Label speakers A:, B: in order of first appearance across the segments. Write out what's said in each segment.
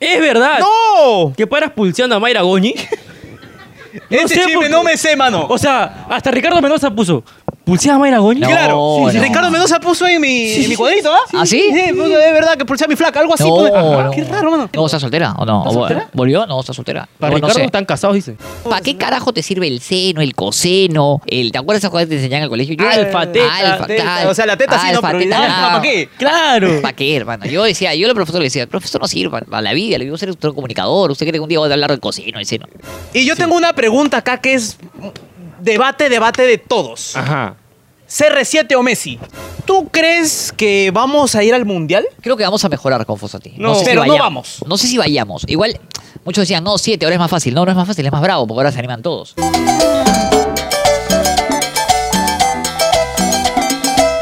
A: Es verdad.
B: ¡No!
A: Que paras pulseando a Mayra Goñi.
B: Ese
A: sé
B: chisme
A: por qué.
B: no me sé, mano.
A: O sea, hasta Ricardo Mendoza puso. ¿Pulsea a Mayra Goñi?
B: claro.
C: no.
B: Sí, sí, Ricardo Mendoza puso en mi, en mi cuadrito, ¿ah?
C: ¿Ah, sí?
B: puso, es verdad que pulsé a mi flaca, algo así.
C: No,
B: pone.
C: no.
B: pues, Qué raro, mano.
C: No, ¿está soltera o no?
A: ¿Está
C: ¿O vol-
A: soltera?
C: ¿Volvió? No, está soltera.
A: Para
C: Bueno, no
A: Ricardo
C: sé.
A: están casados, dice.
C: ¿Para qué carajo te sirve el seno, el coseno? El, ¿Te acuerdas esas cosas que te enseñaban en el colegio? Yo-
A: Alfa, teta,
C: alfa,
B: teta.
C: tal.
B: O sea, la teta sí, no,
C: Alfa,
B: pero
C: teta,
B: el alfa,
C: no.
B: ¿pa' qué?
A: Claro.
C: ¿Para qué, hermano? Yo decía, yo al profesor le decía, profesor no sirve para la vida, le digo, ser usted un comunicador, usted cree que un día voy a hablar del coseno, el seno.
B: Y yo tengo una pregunta acá que es debate, debate de todos.
A: Ajá.
B: CR7 o Messi. ¿Tú crees que vamos a ir al mundial?
C: Creo que vamos a mejorar con Fosati.
B: No, pero no
C: vayamos.
B: vamos.
C: No sé si vayamos. Igual, muchos decían, no, siete, ahora es más fácil. No, no es más fácil, es más bravo, porque ahora se animan todos.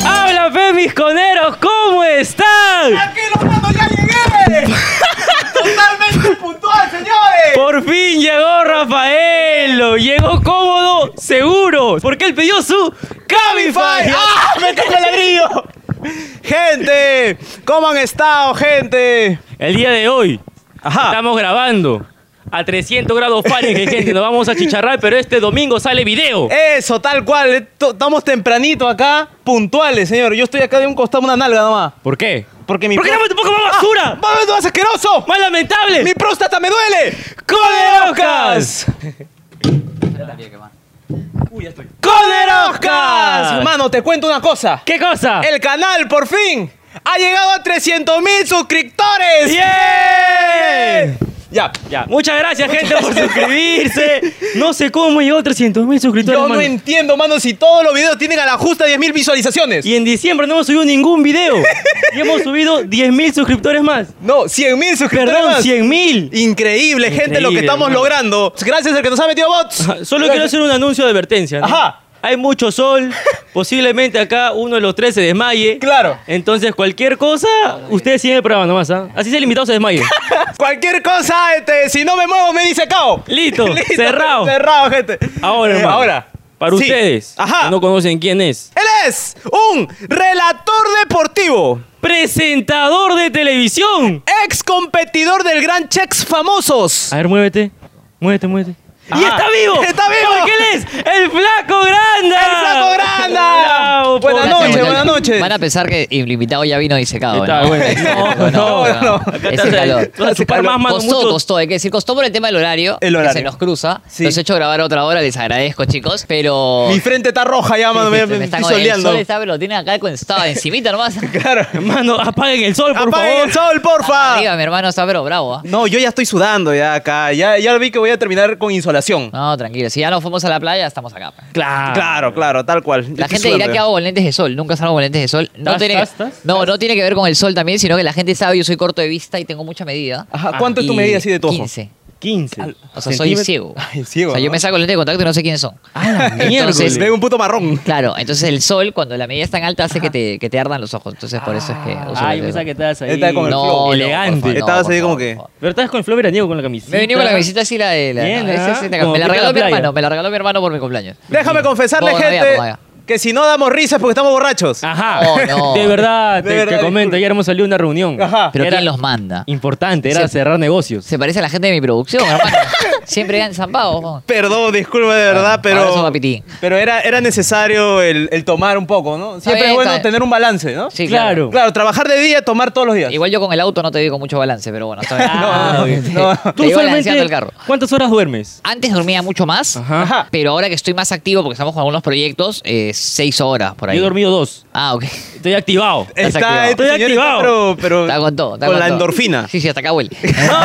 A: ¡Habla, fe, mis coneros! ¿Cómo están?
B: ¡Tranquilo, mano, ya llegué! ¡Totalmente puntual, señores!
A: Por fin llegó Rafaelo. Llegó cómodo, seguro. Porque él pidió su Cabify.
B: ¡Ah! ¡Me cago el ladrillo! ¡Gente! ¿Cómo han estado, gente?
A: El día de hoy
B: Ajá.
A: estamos grabando a 300 grados Fahrenheit, gente. Nos vamos a chicharrar, pero este domingo sale video.
B: Eso, tal cual. Esto- Estamos tempranito acá, puntuales, señor. Yo estoy acá de un costado, una nalga nomás.
A: ¿Por qué?
B: Porque mi
A: ¿Por qué
B: pro-
A: no metes un poco más basura?
B: ¡Vamos, no, es asqueroso!
A: ¡Más lamentable!
B: ¡Mi próstata me duele!
A: ¡Coderoscas!
B: ¡Coderoscas! Hermano, te cuento una cosa.
A: ¿Qué cosa?
B: El canal, por fin, ha llegado a 300 mil suscriptores.
A: ¡Bien!
B: Ya.
A: Ya. Muchas gracias, gente, por suscribirse. No sé cómo llegó a 300 mil suscriptores.
B: Yo no
A: mano.
B: entiendo, mano, si todos los videos tienen a la justa 10 mil visualizaciones.
A: Y en diciembre no hemos subido ningún video. Y hemos subido 10 mil suscriptores más.
B: No, 100 mil suscriptores.
A: Perdón,
B: más.
A: 100 mil.
B: Increíble, gente, lo que
A: Increíble,
B: estamos
A: hermano.
B: logrando. Gracias al que nos ha metido bots.
A: Solo quiero hacer un anuncio de advertencia. ¿no?
B: Ajá.
A: Hay mucho sol. Posiblemente acá uno de los tres se desmaye.
B: Claro.
A: Entonces, cualquier cosa, ustedes siguen el programa nomás. ¿ah? Así si el invitado se desmaye.
B: Cualquier cosa, este, si no me muevo, me dice cao.
A: Listo, cerrado.
B: Cerrado, gente.
A: Ahora,
B: Eh,
A: hermano.
B: Ahora.
A: Para
B: Sí.
A: ustedes,
B: Ajá.
A: que no conocen quién es.
B: Él es un relator deportivo,
A: Presentador de televisión.
B: ex competidor del Gran Chex Famosos.
A: A ver, muévete. Muévete, muévete. ¡Y
B: Ajá.
A: está vivo!
B: Ah. ¡Está vivo!
A: Porque él es el Flaco Granda.
B: ¡El Flaco Granda!
A: Bravo,
B: Buena
A: por
B: noche,
A: favor.
B: buena buenas noches.
C: Van a pensar que el invitado ya vino disecado.
A: Está
C: ¿no?
A: bueno.
C: No, no, no, no.
A: Acá
C: Es
A: está-
C: el calor.
A: tú vas a chupar más mano,
C: Costó,
A: mucho.
C: costó, hay que decir, costó por el tema del horario,
B: El horario.
C: que se nos cruza.
B: Sí.
C: Los he hecho grabar otra hora, les agradezco, chicos, pero...
B: Mi frente está roja ya, mano. me,
C: Se
B: me
C: está
B: estoy
C: con- el
B: soleando.
C: sol está, pero lo tienen acá con- estaba encimita nomás.
B: Claro.
A: Hermano, apaguen el sol, por
B: Apaguen
A: favor.
B: el sol, porfa.
C: Arriba, mi hermano está pero bravo, ¿ah?
B: No, yo ya estoy sudando ya acá. Ya, ya vi que voy a terminar con insolación.
C: No, tranquilo, si ya nos fuimos a la playa, estamos acá.
A: Claro.
B: Claro, claro, tal cual. Yo
C: Ah. La
B: estoy
C: gente dirá
B: sudando.
C: que hago con lentes de sol, nunca salgo con lentes de sol. No,
A: ¿Tas,
C: tiene,
A: tas, tas,
C: no, no tiene que ver con el sol también, sino que la gente sabe, yo soy corto de vista y tengo mucha medida.
B: Ajá, ¿cuánto es tu
C: Y
B: medida así de tu ojo?
C: 15.
A: 15.
C: O sea, soy
A: Centímetro-
C: ciego.
B: Ay, ciego,
C: O sea, yo
B: ¿no? Ah,
C: me saco lentes de contacto y no sé quiénes son.
A: miércoles.
C: entonces,
B: Veo un puto marrón.
C: claro, entonces el sol, cuando la medida es tan alta, hace que te, que te ardan los ojos. Entonces, por eso es que uso
A: Ah. Ay,
C: lentes de
A: pensaba que
C: sol.
A: estabas ahí.
B: Está con el
C: No,
B: flow.
C: no, por
A: elegante.
C: favor, no,
B: Estabas
C: por
B: ahí como
C: favor,
B: que-
C: por favor.
A: Pero estabas con el flow veraniego con la camiseta.
C: Me vení con la camiseta así, la de la.
A: Bien,
C: la- esa-
A: ¿ah?
C: esa- esa-
A: Como
C: me la
A: Pepe
C: regaló
A: la
C: mi
A: Playa.
C: hermano, me la regaló mi hermano por mi cumpleaños.
B: Déjame confesarle,
C: Bueno,
B: gente,
C: vaya, pues, vaya.
B: que si no damos risas porque estamos borrachos.
A: Ajá.
C: Oh, no.
A: De verdad,
B: De
A: te,
B: verdad,
A: te comento,
B: disculpa.
A: ayer hemos salido a una reunión.
B: Ajá.
C: Pero
A: Era
C: ¿quién los manda?
A: Importante, era
C: Sí.
A: cerrar negocios.
C: Se parece a la gente de mi producción, hermano. Siempre han zampado. po.
B: Perdón, disculpa de verdad,
C: Bueno,
B: Ah, pero.
C: abrazo, papitín.
B: Pero era, era necesario el, el tomar un poco, ¿no? Siempre
C: bien,
B: es bueno
C: está bien.
B: tener un balance, ¿no?
C: Sí,
A: Claro.
C: claro.
B: Claro, trabajar de día, tomar todos los días.
C: Igual yo con el auto no te digo mucho balance, pero bueno, está bien.
A: Ah,
B: No,
A: bien.
B: no,
C: Te-
B: no.
C: te
A: Tú
C: iba
A: solamente.
C: balanceando el carro.
A: ¿Cuántas horas duermes?
C: Antes dormía mucho más,
B: Ajá.
C: pero ahora que estoy más activo porque estamos con algunos proyectos, eh, seis horas por
A: Yo
C: ahí. Eh,
A: he dormido dos.
C: Ah, ok.
A: Estoy activado.
C: Estás
B: Está,
C: activado.
B: este
A: Estoy
B: señor está,
A: activado.
B: pero, pero
C: Está con todo. está
B: con la
C: todo.
B: endorfina.
C: Sí, sí, hasta acá huele.
A: Espero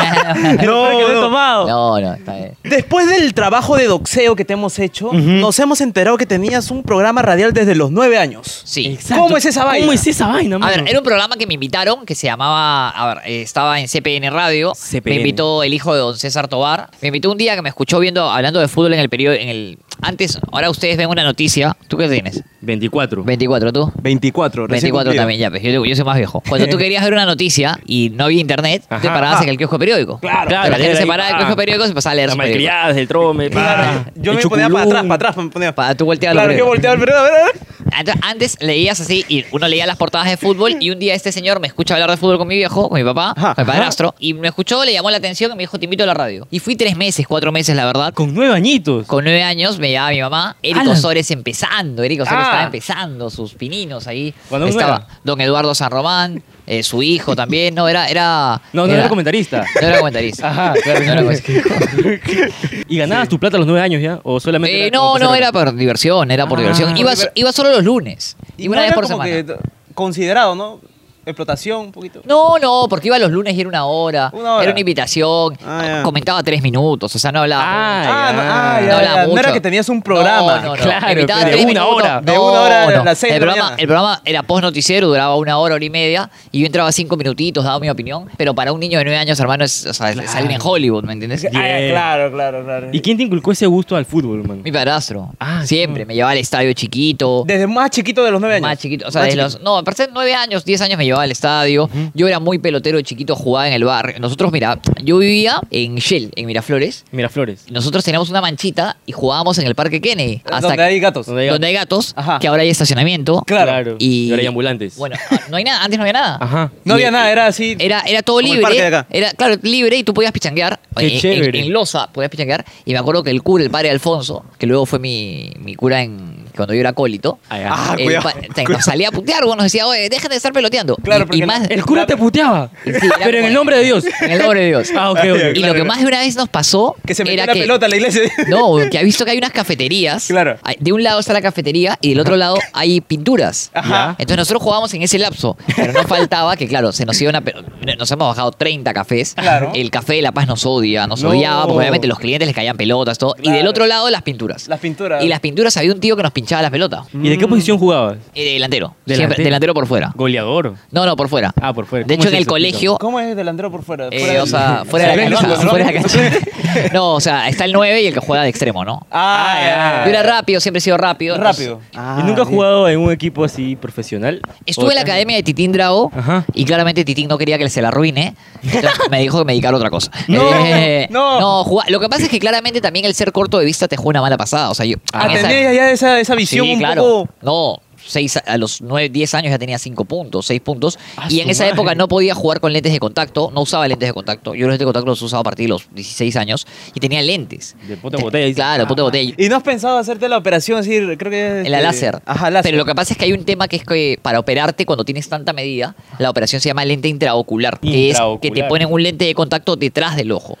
A: que
B: No,
A: he
B: no.
A: tomado.
C: no, no, está bien.
B: Después del trabajo de doxeo que te hemos hecho, nos hemos enterado que tenías un programa radial desde los nueve años.
C: Sí.
A: Exacto.
B: ¿Cómo es esa vaina?
A: ¿Cómo es esa vaina,
C: A
A: mano?
C: ver, era un programa que me invitaron que se llamaba, a ver, eh, estaba en CPN Radio.
A: CPN.
C: Me invitó el hijo de don César Tobar. Me invitó un día que me escuchó viendo hablando de fútbol en el periodo en el antes, ahora ustedes ven una noticia. ¿Tú qué tienes?
A: 24.
C: 24 tú.
B: 24, recién
C: 24
B: cumplido.
C: también, ya, pues, yo, yo soy más viejo. Cuando tú querías ver una noticia y no había internet, te
A: Ajá.
C: parabas en el kiosco de periódico.
A: Claro,
C: Te la tele
A: era
C: se
A: ahí,
C: paraba del
A: pa.
C: kiosco de periódico y se pasaba a leer
A: Las
C: su periódico.
A: malcriadas, el trome, pa.
B: Yo
A: el
B: me ponía para
A: chuculún.
B: atrás, para atrás, me ponía
C: Ah. Pa- tú volteabas los
B: Claro, yo
C: periódicos.
B: volteaba al periódico. a ver, a ver.
C: antes- antes leías así y uno leía las portadas de fútbol y un día este señor me escucha hablar de fútbol con mi viejo, con mi papá,
B: Ajá,
C: con mi
B: ajá.
C: padrastro, y me escuchó, le llamó la atención y me dijo, te invito a la radio. Y fui tres meses, cuatro meses, la verdad.
A: Con nueve añitos.
C: Con nueve años me llamaba mi mamá, Eric
A: Alan.
C: Osores empezando, Eric Osores
A: Ah.
C: estaba empezando sus pininos ahí.
A: ¿Cuándo uno
C: estaba
A: era?
C: don Eduardo San Román, eh, su hijo también, no, era... era
A: No, no era comentarista.
C: No era comentarista.
A: Ajá, claro.
C: No era
A: claro. ¿Y ganabas tu plata a los nueve años ya? ¿O solamente?
C: Eh,
A: era como
C: no,
A: pasar
C: no,
A: horas?
C: era por diversión, era por
A: Ah.
C: diversión. Iba, so- iba solo los lunes,
B: Y
C: iba una
B: no
C: vez
B: era
C: por
B: como
C: semana.
B: que considerado, ¿no? Explotación, un poquito.
C: No, no, porque iba los lunes y era una hora.
B: Una hora.
C: Era una invitación.
B: Ah, ya.
C: Comentaba tres minutos, o sea, no hablaba.
A: Ah,
B: Ah,
A: ya.
B: no, ah,
A: No
B: ya,
C: hablaba
B: ya. No era
C: mucho.
B: que tenías un programa.
C: No, no, no.
A: Claro,
C: Invitaba
A: de
C: tres
A: una
C: minutos.
A: hora.
B: De una hora a
C: No, no.
B: las seis de
C: el,
B: la
C: programa,
B: mañana.
C: el programa era post noticiero, duraba una hora, hora y media. Y yo entraba cinco minutitos, daba mi opinión. Pero para un niño de nueve años, hermano, es, o sea, es salir en Hollywood, ¿me entiendes?
A: Ya.
B: Ah, claro, claro, claro.
A: ¿Y quién te inculcó ese gusto al fútbol, man?
C: Mi padrastro.
A: Ah,
C: Siempre me llevaba al estadio chiquito.
B: Desde más chiquito de los nueve años.
C: Más chiquito, o sea,
B: Más
C: de los. No, aparte de 9 años, 10 años me llevaba al estadio. Yo era muy pelotero chiquito, jugaba en el barrio. Nosotros, mira, yo vivía en Shell, en Miraflores.
A: Miraflores.
C: y Nosotros teníamos una manchita y jugábamos en el Parque Kennedy. Hasta
B: Eh, donde
C: que-
B: hay gatos.
A: donde hay
C: donde hay gatos,
B: Ajá.
C: que ahora hay estacionamiento.
B: Claro.
C: Y-
A: Y ahora hay ambulantes.
C: Bueno, ah, no hay nada, antes no había nada.
A: Ajá.
B: No había
C: Y-
B: nada, era así.
C: Era, era todo
B: Como el
C: libre.
B: parque de acá.
C: Era, claro, libre y tú podías pichanguear. eh,
A: Qué
C: en, en-
A: chévere.
C: en losa podías pichanguear. Y me acuerdo que el cura, el padre Alfonso, que luego fue mi, mi cura en, cuando yo era acólito,
A: Ah, ya. Ah,
C: el
B: cuidado,
C: pa- te- nos salía a putear, bueno, nos decía, oye, déjate de estar peloteando.
B: Claro,
C: y, y
B: porque
C: más,
A: El cura te puteaba.
C: Sí, era como-
A: Pero en el nombre de Dios.
C: en el nombre de Dios.
A: Ah, ok,
C: y
A: ok.
B: claro,
C: lo que
B: claro.
C: más de una vez nos pasó
B: que se metió
C: era
B: la
C: que,
B: pelota en la iglesia.
C: No, que ha visto que hay unas cafeterías.
B: Claro.
C: Hay- De un lado está la cafetería y del otro lado hay pinturas.
B: Ajá.
C: Entonces nosotros jugábamos en ese lapso, pero no faltaba que, claro, se nos iba una... pe- Nos hemos bajado 30 cafés.
B: Claro.
C: El café de La Paz nos odia, nos
A: No.
C: odiaba, porque obviamente los clientes les caían pelotas, todo. Y del
B: Claro.
C: otro lado las pinturas.
B: Las pinturas. Mm.
C: Y las pinturas había un tío que nos pinchaba las pelotas.
A: ¿Y de qué posición jugabas?
C: Eh, delantero.
A: Delantero.
C: Siempre, delantero por fuera.
A: Goleador.
C: No, no, por fuera.
A: Ah, por fuera.
C: De
A: ¿Cómo
C: hecho,
A: es
C: en el
A: eso,
C: colegio
B: ¿Cómo es delantero por fuera?
C: eh,
B: Fuera del-
C: o sea, fuera de la
B: del
C: cancha.
B: ángulo, ¿no?
C: fuera de la cancha. No, o sea, está el 9 y el que juega de extremo, ¿no?
B: Ah, ya.
C: Yo era rápido, siempre he sido rápido. Ah,
B: Rápido.
A: ¿Y nunca has jugado en un equipo así profesional?
C: Estuve en la
A: ¿O te-
C: academia de Titín Drago
A: Ajá.
C: y claramente Titín no quería que se la arruine. Entonces me dijo que me dedicara a otra cosa. Eh,
B: No,
C: no.
B: no.
C: jugá- Lo que pasa es que claramente también el ser corto de vista te juega una mala pasada. O sea, yo.
B: Ah,
C: en esa-
B: tenías ya esa, esa visión
C: Sí,
B: un
C: claro.
B: poco.
C: No, seis, a los 9, 10 años ya tenía 5 puntos, 6 puntos.
A: Ah,
C: y
A: su
C: en esa
A: madre.
C: época no podía jugar con lentes de contacto, no usaba lentes de contacto. Yo los lentes de contacto los usaba a partir de los 16 años y tenía lentes.
A: De puta
C: Te-
A: botella, dices.
C: Claro, de puta
A: Ah.
C: botella.
B: ¿Y no has pensado hacerte la operación así? Creo que. es,
C: En la
B: este,
C: láser.
B: Ajá, láser.
C: Pero lo que pasa es que hay un tema que es que para operarte cuando tienes tanta medida, la operación se llama lente intraocular, que es que te
A: Intraocular.
C: ponen un lente de contacto detrás del ojo.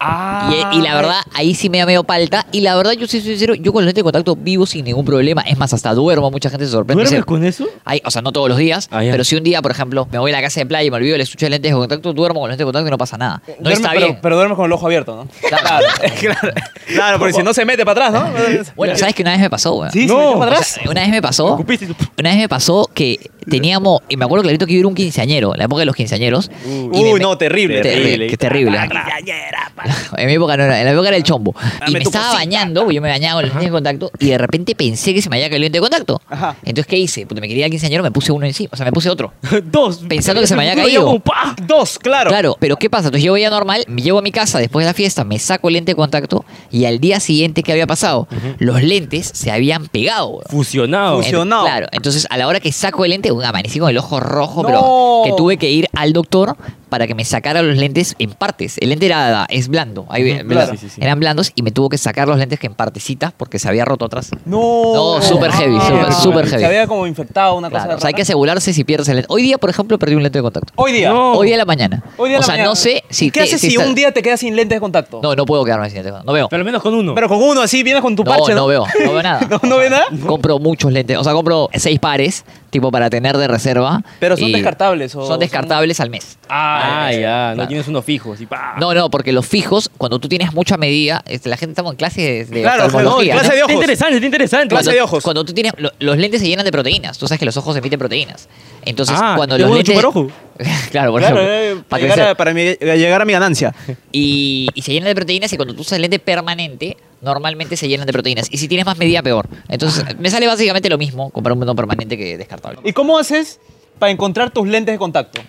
A: Ah.
C: Y, y la verdad, ahí sí me da medio palta. Y la verdad, yo sí soy sincero, yo con el lente de contacto vivo sin ningún problema. Es más, hasta duermo, mucha gente se sorprende.
A: ¿Duermes
C: Dice,
A: con eso?
C: Ay, o sea, no todos los días,
A: Ah, ya.
C: pero si un día, por ejemplo, me voy a la casa de playa y me olvido el estuche de lentes de contacto, duermo con lentes de contacto y no pasa nada. No
B: Duerme-
C: está
B: pero,
C: bien.
B: Pero duermes con el ojo abierto, ¿no?
C: Claro.
B: claro. Claro, porque si no se mete para atrás, ¿no?
C: Bueno, ¿sabes que una vez me pasó, weón?
B: Sí, se
A: No.
B: metió
C: O
B: para
C: sea,
B: atrás.
C: una vez me pasó.
A: Escupiste y tú-
C: Una vez me pasó que teníamos, y me acuerdo clarito que yo era un quinceañero, la época de los quinceañeros. y me-
B: Uy, no, terrible. Ah,
C: Terrible,
A: terrible.
C: qué terrible. En mi época no era, en la época era el chombo. Y me
B: Dame tu
C: estaba
B: cosita.
C: bañando, porque yo me bañaba con el lente de contacto, y de repente pensé que se me había caído el lente de contacto.
B: Ajá.
C: Entonces, ¿qué hice? Porque me quería el quinceañero, me puse uno encima, o sea, me puse otro.
A: Dos.
C: Pensando que se me había
A: Yo
C: caído.
A: como, ¡pah!
B: Ah, Dos, claro.
C: Claro, pero ¿qué pasa? Entonces yo veía normal, me llevo a mi casa después de la fiesta, me saco el lente de contacto y al día siguiente, ¿qué había pasado? Los lentes se habían pegado. weón.
A: Fusionado.
B: Fusionado. Funcionó.
C: Claro, entonces a la hora que saco el lente, un amanecí con el ojo rojo, pero
B: No.
C: que tuve que ir al doctor para que me sacara los lentes en partes. El lente era es blando, ahí ve-
A: Ujú,
C: ¿verdad?
A: claro, sí, sí, sí.
C: eran blandos y me tuvo que sacar los lentes que en partecitas porque se había roto atrás.
B: No. Ah,
C: No, súper heavy,
A: súper, súper
C: heavy.
B: Se había como infectado una cosa.
C: Claro, o sea, hay
B: rara.
C: que asegurarse si pierdes el lente. Hoy día, por ejemplo, perdí un lente de contacto.
B: Hoy día.
A: No.
C: Hoy día en la mañana.
B: Hoy día
C: o
B: de la
C: sea,
B: mañana.
C: no sé si...
B: ¿Y ¿Qué haces
C: si
B: si
C: está-
B: un día te quedas sin lentes de contacto?
C: No, no puedo quedarme sin lentes. No veo.
A: Pero al menos con uno.
B: Pero con uno así vienes con tu
C: No,
B: parche.
C: no veo, no veo nada.
B: ¿No, no ve nada?
C: Compro muchos lentes, o sea, compro seis pares, tipo para tener de reserva.
B: Pero son
C: y-
B: descartables, o
C: son
B: son-
C: descartables al mes.
A: Ah, ya. No
C: Claro.
A: tienes uno fijo. Así, ¡pah!
C: No, no, porque los fijos, cuando tú tienes mucha medida, este, la gente estamos en clase de, de
B: Claro,
C: oftalmología,
B: no, clase
C: ¿no?
B: de
A: Está
B: ojos.
A: interesante, está interesante.
B: Clase
C: Cuando-
B: de ojos.
C: Cuando tú tienes. lo- los lentes se llenan de proteínas. Tú sabes que los ojos emiten proteínas. Entonces,
A: Ah,
C: cuando
A: ¿te
C: los
A: puedo
C: lentes.
A: chupar ojo?
C: claro, por
B: Claro,
C: ejemplo.
B: eh,
C: para
B: para, llegar
C: crecer.
B: a, para mi- a llegar a mi ganancia.
C: y, y se llenan de proteínas y cuando tú usas el lente permanente, normalmente se llenan de proteínas. Y si tienes más medida, peor. Entonces, me sale básicamente lo mismo comprar un montón permanente que descartable.
B: ¿Y cómo haces para encontrar tus lentes de contacto?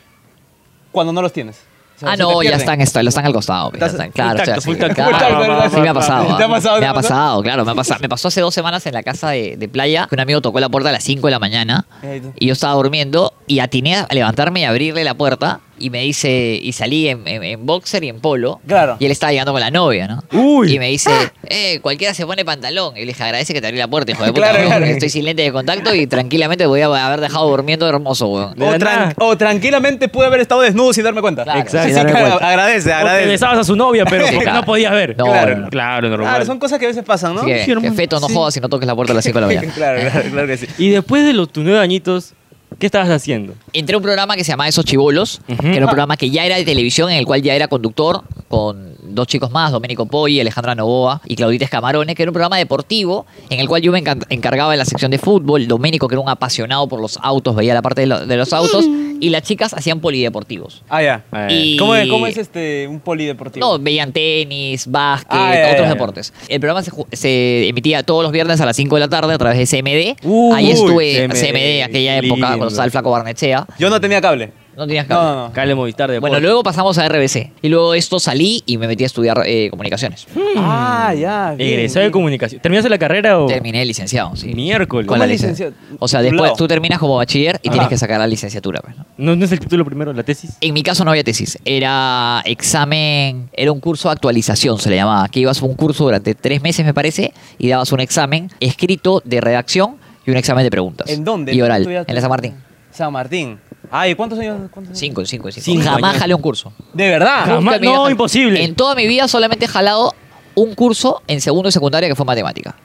B: Cuando no los tienes. sea, se
C: ah,
B: te
C: no, ya
B: pierden.
C: están, está- lo están al costado. mira,
B: Estás-
C: están-
B: full
C: claro, o sea,
A: tacto, full
C: sí,
A: tacto.
C: claro.
A: Full tacto.
C: Sí, me ha pasado.
B: ¿Te ha pasado,
C: Me
B: te
C: ha
B: pasó?
C: pasado, claro. Me, ha pasado, me pasó hace dos semanas en la casa de, de playa que un amigo tocó la puerta a las 5 de la mañana
B: Ahí tú.
C: y yo estaba durmiendo y atiné a levantarme y abrirle la puerta y me dice, y salí en, en- en boxer y en polo.
B: Claro. Ah.
C: Y él estaba llegando con la novia, ¿no?
A: Uy.
C: Y me dice, eh, cualquiera se pone pantalón. Y le dije, agradece que te abrí la puerta, hijo de puta.
B: Claro,
C: weón,
B: claro.
C: porque Estoy sin lente de contacto y tranquilamente voy a haber dejado durmiendo hermoso, weón.
A: De la
B: O, tran-
A: nada.
B: o tranquilamente pude haber estado desnudo sin darme cuenta.
C: Claro,
B: Así
C: sin darme
B: que
C: cuenta.
B: agradece,
A: O te
B: agradece.
A: besabas a su novia, pero
C: Sí,
A: porque
C: claro.
A: no podías ver.
C: No,
B: Claro.
C: no.
A: Claro, normal.
B: Claro, son cosas que a veces pasan, ¿no?
C: Así que,
A: Sí,
C: que
A: hermano,
C: feto, no
A: sí.
C: jodas si no toques la puerta a las 5 de la mañana.
B: claro, claro, claro que sí.
A: Y después de los tus nueve añitos, ¿qué estabas haciendo?
C: entré a un programa que se llamaba Esos Chibolos, que era un programa que ya era de televisión, en el cual ya era conductor con dos chicos más, Domenico Poi, Alejandra Novoa y Claudita Escamarone, que era un programa deportivo en el cual yo me encan- encargaba de la sección de fútbol, Domenico, que era un apasionado por los autos, veía la parte de, lo- de los autos, y las chicas hacían polideportivos.
B: Ah, ya.
C: Y-
B: ¿Cómo, es, cómo es este un polideportivo?
C: No, veían tenis, básquet,
B: Ah, ya, ya,
C: otros
B: ya.
C: deportes. El programa se, ju- se emitía todos los viernes a las 5 de la tarde a través de CMD.
B: Uy,
C: Ahí estuve
A: CMD,
C: CMD, aquella
A: qué
C: época,
A: lindo.
C: cuando estaba el flaco Barnechea.
B: Yo no tenía cable.
C: No tenías que
B: No, no, no.
A: Cale Movistar de Eh,
C: Bueno, luego pasamos a RBC. Y luego de esto salí y me metí a estudiar eh, comunicaciones.
B: Ah, ya. bien,
A: Egresado de
B: bien.
A: comunicación. ¿Terminaste la carrera o...?
C: Terminé licenciado, sí.
A: Miércoles.
C: Con la
B: ¿Cómo es
C: licen-
B: licenciado?
C: O sea, después
B: Titulado.
C: tú terminas como bachiller y
B: Ajá.
C: tienes que sacar la licenciatura. pues, ¿no?
A: ¿No, no es el título primero, la tesis?
C: En mi caso no había tesis. Era examen, era un curso de actualización, se le llamaba. Que ibas a un curso durante tres meses, me parece, y dabas un examen escrito de redacción y un examen de preguntas.
B: ¿En dónde?
C: Y
B: ¿Tú
C: oral.
B: estudiaste?
C: En la San Martín.
B: San Martín. Ay, ¿cuántos años? cuántos años?
C: Cinco, cinco, cinco.
A: Cinco
C: Jamás
A: años.
C: jalé un curso.
B: ¿De verdad?
A: Jamás.
C: Nunca en mi vida
A: no,
C: jalé-
A: imposible.
C: En toda mi vida solamente he jalado un curso en segundo y secundaria que fue matemática.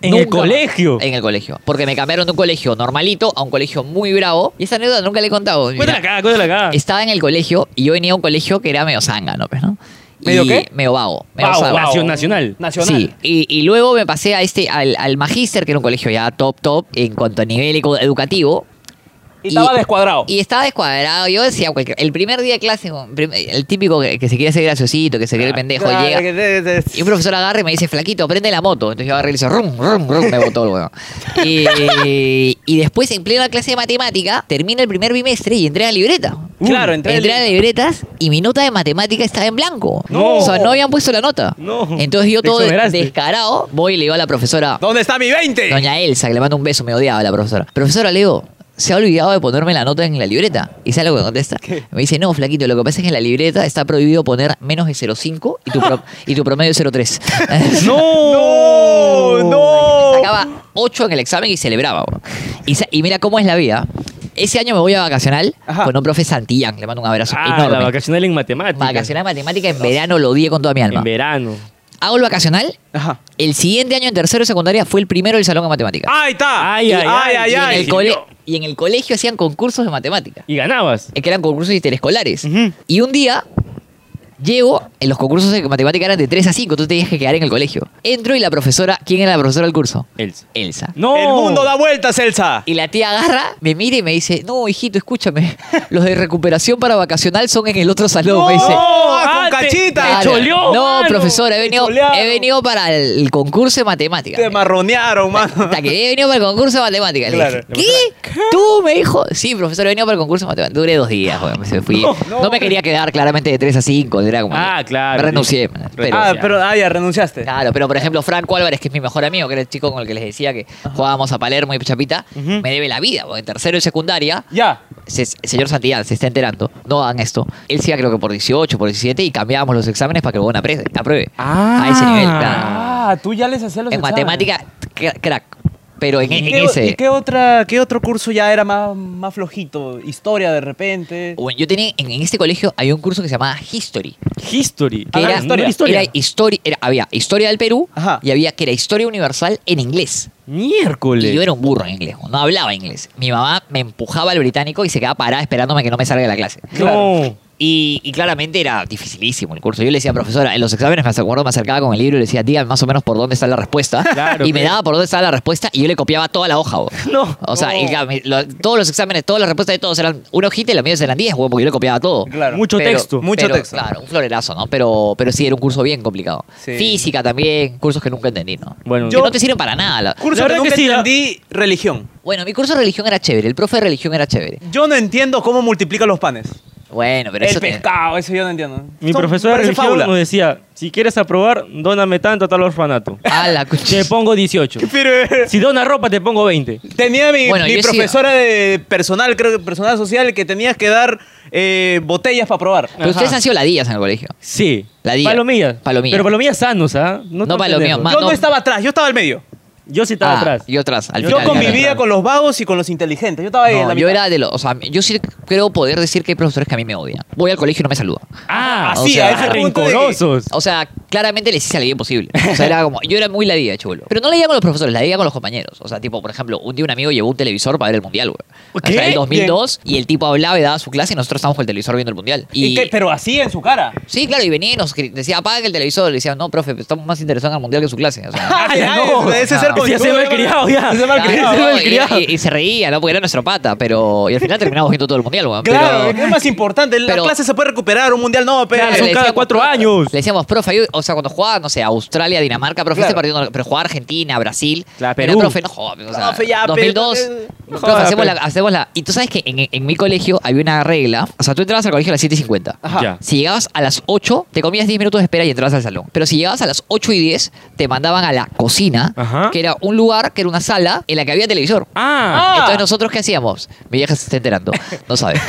A: En
C: Nunca
A: el colegio.
C: más. En el colegio. Porque me cambiaron de un colegio normalito a un colegio muy bravo. Y esa anécdota nunca le he contado. Mira,
A: Cuéntala acá, cuéntala acá.
C: Estaba en el colegio y yo venía a un colegio que era medio zángano, pues, ¿no? Y
B: ¿Medio qué?
C: Medio vago. medio
A: Vago,
C: vago.
A: vago. Nación- nacional.
B: Nacional.
C: Sí, y, y luego me pasé a este, al, al magíster, que era un colegio ya top, top, en cuanto a nivel eco- educativo.
B: Y estaba
A: Oh.
B: descuadrado.
C: Y estaba descuadrado. Yo decía, cualquier- el primer día de clase, un prim- el típico que, que se quiere hacer graciosito, que se
A: Ah,
C: quiere el pendejo,
B: Claro,
C: llega.
B: que te- te-
C: Y un profesor agarra y me dice, flaquito, prende la moto. Entonces yo agarré y le hice, rum, rum, rum, me botó el huevo. Y, y después, en plena clase de matemática, termina el primer bimestre y entré a la libreta.
B: Claro, entré a
C: entré,
B: la
C: a las libretas y mi nota de matemática estaba en blanco.
A: No.
C: O sea, no habían puesto la nota.
A: No.
C: Entonces yo
A: Te
C: todo
A: exoneraste.
C: descarado, voy y le digo a la profesora,
B: ¿Dónde está mi 20?
C: doña Elsa, que le mando un beso, me odiaba la profesora. Profesora, le digo, se ha olvidado de ponerme la nota en la libreta. ¿Y sabe lo que me contesta? Me dice, no, flaquito, lo que pasa es que en la libreta está prohibido poner menos de 0,5 y, tu pro- y tu promedio es 0,3.
A: ¡No!
B: No, no.
C: Sacaba 8 en el examen y celebraba. bro. Y, sa- y mira cómo es la vida. Ese año me voy a vacacional
B: Ajá.
C: con un profe Santillán. Le mando un abrazo
A: Ah, la
C: enorme.
A: vacacional en matemáticas.
C: vacacional de matemática en verano lo odié con toda mi alma.
A: En verano.
C: Hago el vacacional.
B: Ajá.
C: El siguiente año en tercero y secundaria fui el primero del salón de matemáticas.
B: Ahí está.
A: Ay, ay, ay,
C: y, en
A: ay,
C: el
A: sí,
C: cole-
A: no.
C: y en el colegio hacían concursos de matemática.
A: Y ganabas.
C: Es que eran concursos interescolares.
A: Ujú.
C: Y un día llego, en los concursos de matemática eran de 3 a 5, tú te tenías que quedar en el colegio. Entro y la profesora, ¿quién era la profesora del curso?
A: Elsa.
C: Elsa.
A: ¡No!
B: El mundo da vueltas, Elsa.
C: Y la tía agarra, me mira y me dice, no, hijito, escúchame, los de recuperación para vacacional son en el otro salón, me dice.
B: ah,
A: ah,
B: con
A: te-
B: cachita.
A: te
C: "Claro".
A: choleó,
C: no,
A: mano.
C: profesora, he venido,
B: cholearon.
C: he venido para el concurso de matemáticas.
B: Te marronearon, mano.
C: Hasta que he venido para el concurso de matemáticas. Le
B: Claro.
C: dije, ¿Qué? ¿Tú? Me dijo. Sí, profesor, he venido para el concurso de matemáticas. Duré dos días, joder, me fui. No, me quería quedar claramente de 3 a 5. Era como,
A: Ah, claro.
C: Me renuncié. Pero,
B: Ah, pero ah, ya renunciaste.
C: Claro, pero por ejemplo, Franco Álvarez, que es mi mejor amigo, que era el chico con el que les decía que jugábamos a Palermo y Chapita, me debe la vida, porque en tercero y secundaria,
B: Ya.
C: se- señor Santillán se está enterando, no hagan esto. Él se iba creo que por 18, por 17 y cambiábamos los exámenes para que el huevón apre- apruebe. a ese nivel, claro.
B: Ah, tú ya les hacías los
C: En
B: exámenes.
C: matemática, cra- crack. Pero en, en
B: ¿Y qué,
C: ese.
B: y qué otra, qué otro curso ya era más, más flojito? Historia de repente.
C: Bueno, yo tenía, en, en este colegio había un curso que se llamaba History.
A: History.
C: Que
A: Ah,
C: era,
A: no era historia.
C: era histori- era- había historia del Perú
B: Ajá.
C: y había que era historia universal en inglés.
A: Miércoles.
C: Y yo era un burro en inglés, no hablaba inglés. Mi mamá me empujaba al británico y se quedaba parada esperándome que no me salga de la clase.
A: No.
C: Y, y claramente era dificilísimo el curso. Yo le decía, profesora, en los exámenes me acuerdo, me acercaba con el libro y le decía, digan más o menos por dónde está la respuesta.
A: Claro,
C: y me
A: claro.
C: daba por dónde estaba la respuesta y yo le copiaba toda la hoja. bo.
A: No.
C: O sea,
B: No.
C: y claro, mi- lo- todos los exámenes, todas las respuestas de todos eran una hojita y las mías eran 10, bo, porque yo le copiaba todo.
B: Claro.
A: Mucho texto.
B: Mucho
C: pero,
B: texto.
C: Claro, un florerazo, ¿no? Pero, pero sí, era un curso bien complicado.
B: Sí.
C: Física también, cursos que nunca entendí, ¿no?
A: Bueno,
C: Que
A: yo-
C: no te sirven para nada. la-
B: Curso
A: La
B: que
A: verdad que
B: nunca
A: sí, la-
B: entendí, religión.
C: Bueno, mi curso de religión era chévere, el profe de religión era chévere.
B: Yo no entiendo cómo multiplica los panes.
C: Bueno, pero
B: El
C: eso te-
B: pescado, eso yo no entiendo.
A: Mi
B: Son-
A: profesora de
B: parece
A: religión
B: fábula.
A: nos decía, si quieres aprobar, dóname tanto a tal orfanato.
C: A la cuchilla.
A: Te pongo 18.
B: Pero- eh,
A: Si dona ropa, te pongo 20.
B: Tenía mi,
C: Bueno,
B: mi
C: yo he sido-
B: profesora de personal, creo que personal social, que tenías que dar eh, botellas para probar.
C: Pero ustedes
A: Ajá.
C: han sido ladillas en el colegio.
A: Sí.
C: La día.
A: Palomillas.
C: Palomillas.
A: Pero palomillas sanos, ¿ah?
C: No
A: tan
C: palomillas,
A: pendejos.
C: ma-
B: yo
C: no.
B: no estaba atrás, yo estaba al medio.
A: Yo sí estaba
C: Ah,
A: atrás.
C: Yo atrás. al
A: Yo
B: Yo
C: final,
B: convivía
C: claro.
B: con los vagos y con los inteligentes. Yo estaba ahí en
C: No,
B: la
C: yo
B: mitad.
C: era de los. O sea, yo sí creo poder decir que hay profesores que a mí me odian. Voy al colegio y no me saludan.
A: Ah, o
B: Así,
A: sea,
B: a ese punto de-
A: rencorosos.
C: O sea, claramente les hice la vida imposible. O sea, era como. Yo era muy ladilla, chulo. Pero no la con los profesores, la con los compañeros. O sea, tipo, por ejemplo, un día un amigo llevó un televisor para ver el mundial, güey. O sea,
A: ¿Qué?
C: el 2002 y el tipo hablaba y daba su clase y nosotros estábamos con el televisor viendo el mundial.
B: ¿Y
C: Y.
B: qué? Pero así en su cara.
C: Sí, claro, y venía y nos gri- decía, apaga el televisor. Le decía, no, profe, pues, estamos más interesados en el mundial que en su clase. O sea,
B: Ah, ya,
A: no.
B: ese- ese ser
C: No, no.
A: Ese ya se
B: conchudo,
A: ve malcriado, ya.
B: Ese
A: Claro,
B: malcriado.
A: ese
C: no,
A: mal criado.
C: y, y- y se reía, ¿no? Porque era nuestro pata, pero. Y al final terminamos viendo todo el mundial, weón.
B: Claro,
C: pero-
B: es más importante. La
C: pero-
B: clase se puede recuperar, un mundial no, pero.
A: Claro, son
C: le
A: cada
C: decíamos,
A: cuatro
C: profe,
A: años.
C: Le decíamos, profe, yo- o sea, cuando jugaba, no sé, Australia, Dinamarca, profe,
B: Claro.
C: este partido no- pero jugaba Argentina, Brasil.
A: Claro,
C: pero
A: Perú.
C: profe, no jodas. O sea,
B: Profe, ya, pero-
C: 2002.
A: No
C: profe,
A: jodas,
C: hacemos, la,
A: pero-
C: hacemos la. Y tú sabes que en, en mi colegio había una regla. O sea, tú entrabas al colegio a las 7.50.
B: Ajá.
A: Ya.
C: Si llegabas a las 8, te comías 10 minutos de espera y entrabas al salón. Pero si llegabas a las 8 y 10, te mandaban a la cocina,
A: Ajá.
C: que era un lugar, que era una sala en la que había televisor.
A: Ah,
C: Entonces nosotros, ¿qué hacíamos? Mi vieja se está enterando, no sabe.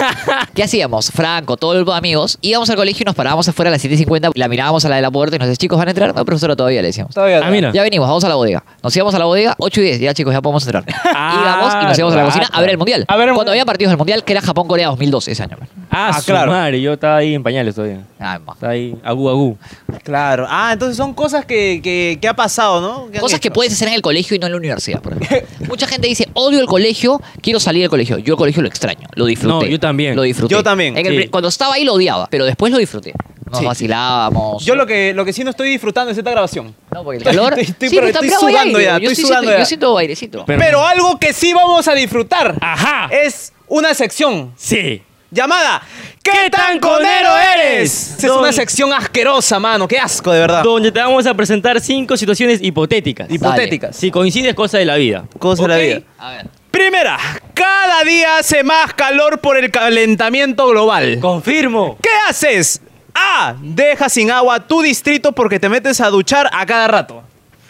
C: ¿Qué hacíamos? Franco, todos los amigos, íbamos al colegio y nos parábamos afuera a las 7.50, la mirábamos a la de la puerta y nos decían, chicos, ¿van a entrar? No, profesora, todavía le decíamos.
B: Todavía
A: Ah, mira.
C: Ya venimos, vamos a la bodega. Nos íbamos a la bodega, 8 y 10, ya chicos, ya podemos entrar.
A: Ah,
C: íbamos y nos íbamos a la cocina a ver el Mundial.
B: A ver el
C: Cuando
B: Mundial.
C: había partidos del Mundial, que era Japón-Corea 2012 ese año. man.
A: ah,
B: Ah,
A: su
B: claro.
A: madre, yo estaba ahí en pañales todavía.
C: Ay, ma.
A: Estaba ahí, agú, agú.
B: Claro. Ah, entonces son cosas que, que, que ha pasado, ¿no? han
C: Cosas que
B: hecho.
C: puedes hacer en el colegio y no en la universidad. por ejemplo. Mucha gente dice, odio el colegio, quiero salir del colegio. Yo el colegio lo extraño, lo disfruté.
A: No, yo también.
C: Lo disfruté.
B: Yo también,
C: En el
A: sí.
C: pri- cuando estaba ahí lo odiaba, pero después lo disfruté. Nos
B: Sí.
C: vacilábamos.
B: Yo lo que, lo que sí no estoy disfrutando es esta grabación.
C: No, porque el calor...
B: Estoy- estoy-
C: Sí,
B: pero
C: está-
B: estoy
C: hay
B: sudando
C: aire.
B: ya,
C: Yo
B: estoy
C: sí
B: sudando
C: siento-
B: ya.
C: Yo siento airecito.
A: Pero-
B: Pero algo que sí vamos a disfrutar
A: Ajá.
B: es una sección
A: Sí.
B: llamada ¿Qué,
A: tan conero eres?
B: Esa Es
A: Don-
B: una sección asquerosa, mano. Qué asco, de verdad.
A: Donde te vamos a presentar cinco situaciones hipotéticas.
C: Hip-
B: Hipotéticas.
A: Si coincides, cosa de la vida.
B: Cosa de la
A: ¿Ok?
B: vida.
C: A ver.
B: Primera, cada día hace más calor por el calentamiento global.
A: Confirmo.
B: ¿Qué haces? A. Deja sin agua tu distrito porque te metes a duchar a cada rato.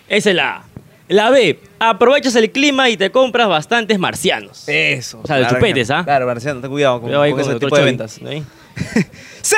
A: Esa es la A. La B. Aprovechas el clima y te compras bastantes marcianos.
B: Eso.
A: O sea, de
B: Claro,
A: chupetes, ¿ah?
B: Claro, Marciano, ten cuidado con,
A: Cuidado ahí
B: con ese
A: otro
B: tipo de
A: choy,
B: ventas.
A: ¿no?
B: C.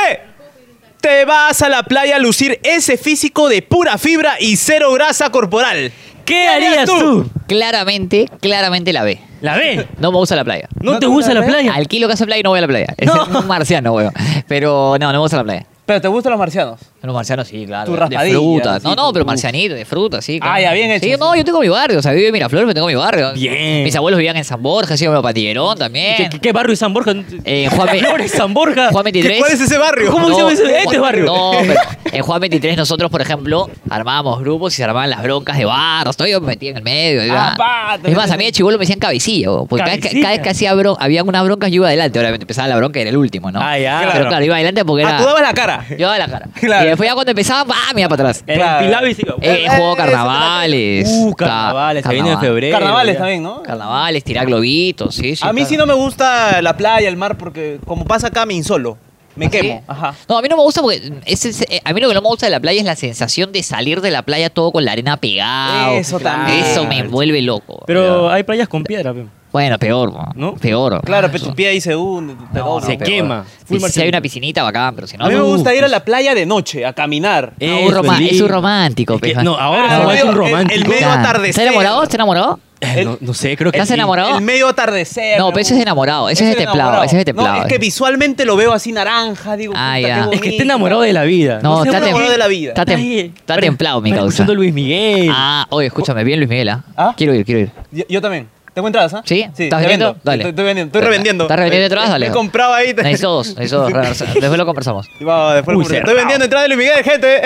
B: Te vas a la playa a lucir ese físico de pura fibra y cero grasa corporal.
A: ¿Qué harías tú?
C: Claramente, claramente la ve.
A: La B.
C: No me gusta la playa.
A: ¿No, te gusta la playa?
C: Alquilo casa de playa y no voy a la playa. Es un marciano, weón. Pero no, no me gusta la playa.
B: Pero te gustan los marcianos.
C: Los marcianos sí, claro.
B: Tu
C: de
B: raspadilla,
C: fruta.
B: sí,
C: No, no,
B: tu-
A: uh.
C: pero
B: tu-
C: marcianito, de fruta, sí.
B: Ah, ya, bien hecho,
C: Sí,
B: sí.
C: no, yo tengo mi barrio. O sea, vivo en Miraflores, pero tengo mi barrio.
A: Bien.
C: Mis abuelos vivían en San Borja, sí, en Patillerón
A: ¿Qué,
C: también.
A: qué- qué barrio es San Borja?
C: Eh, Juan, Ve-
A: Flores, San Borja.
C: Juan
B: ¿Qué-
C: 23.
B: ¿Cuál es ese barrio?
A: ¿Cómo se llama ese-
C: No,
A: este barrio?
C: No, pero en Juan 23 nosotros, por ejemplo, armábamos grupos y se armaban las broncas de barras. Todo yo me metía en el medio.
A: Ah,
C: iba-
B: pa, te
C: es más,
B: metes
C: a mí
B: ahí.
C: de chivolo me decían cabecilla. bo, Porque cada vez, que,
A: Cabecilla.
C: cada vez que hacía bro- había una bronca, yo iba adelante. Obviamente empezaba la bronca y era el último, ¿no?
A: Ah, ya.
C: Pero
A: Claro.
C: claro, iba adelante porque
B: Ah,
C: era...
B: tú dabas la cara.
C: Yo daba la cara.
B: Claro.
C: Y después ya cuando empezaba, ¡ah! Mira para atrás.
A: El
B: Claro.
A: Pilar y sigo.
C: Eh,
B: eh,
C: juego
B: eso te la-
C: carnavales.
A: Uh,
C: Ca-
A: carnavales, se viene en
C: carnaval.
A: febrero.
B: Carnavales
A: ya.
B: también, ¿no?
C: Carnavales, tirar globitos, sí, sí.
B: a mí
C: claro.
B: sí no me gusta la playa, el mar, porque como pasa acá me insolo. Me
C: ¿Ah, sí?
B: quemo. Ajá.
C: No, a mí no me gusta porque es- es- eh, a mí lo que no me gusta de la playa es la sensación de salir de la playa todo con la arena pegada.
B: Eso también.
C: Ah, Eso me vuelve loco.
A: Pero
C: Ya.
A: hay playas con piedra, pe.
C: bueno, peor, ¿no?
A: ¿No?
C: Peor.
B: Claro, pero
C: Eso.
B: tu pie ahí se hunde. te
C: No,
B: ahoga.
A: se
C: peor.
A: quema. Full
C: Si, si hay
A: marcianito.
C: una piscinita bacán, pero si no.
B: A mí me
C: no. pues.
B: gusta ir a la playa de noche, a caminar.
C: No,
A: Eso
C: un roma-
A: lindo.
C: es un romántico,
A: Es que-
C: pe.
A: no, ahora
B: Ah,
A: se
B: el
A: vuelve un
B: medio- el-
A: romántico.
B: el medio
C: Ya.
B: atardecer.
C: ¿Estás enamorado? ¿Estás enamorado?
A: Eh, no, no sé, creo que
C: ¿Estás
A: sí.
C: enamorado?
B: El medio atardecer.
C: No,
B: me
C: pero ese es
B: gusta.
C: enamorado, ese es de templado,
B: enamorado.
C: ese es de templado. eh.
B: No, es que visualmente lo veo así naranja, digo,
C: Ah,
B: puta,
C: ya.
A: Es
B: qué
C: Es que
A: que
B: bonito.
A: está enamorado de la vida.
C: No,
A: sé por
B: tem-
C: está
A: qué.
B: enamorado de la vida.
C: Está, tem-
A: Ahí,
C: está
A: pare-
C: templado, mi
A: pare-
C: causa.
A: escuchando Luis Miguel.
C: Ah, oye, escúchame, bien Luis Miguel, ¿ah?
B: ¿Ah?
C: Quiero ir, quiero ir.
B: Yo, yo también. ¿Tengo entradas, ah?
C: ¿Sí? ¿Estás
B: te
C: vendiendo?
B: vendo.
C: Dale.
B: Estoy, estoy vendiendo, estoy
C: Dale.
B: revendiendo.
C: ¿Estás revendiendo entradas? Dale.
B: Me he comprado ahí.
C: Necesito dos, necesito dos. reversa- Después lo conversamos.
B: Y va, después lo
A: Uy,
B: compro.
A: cerrado.
B: Estoy vendiendo entradas de Luis Miguel, gente.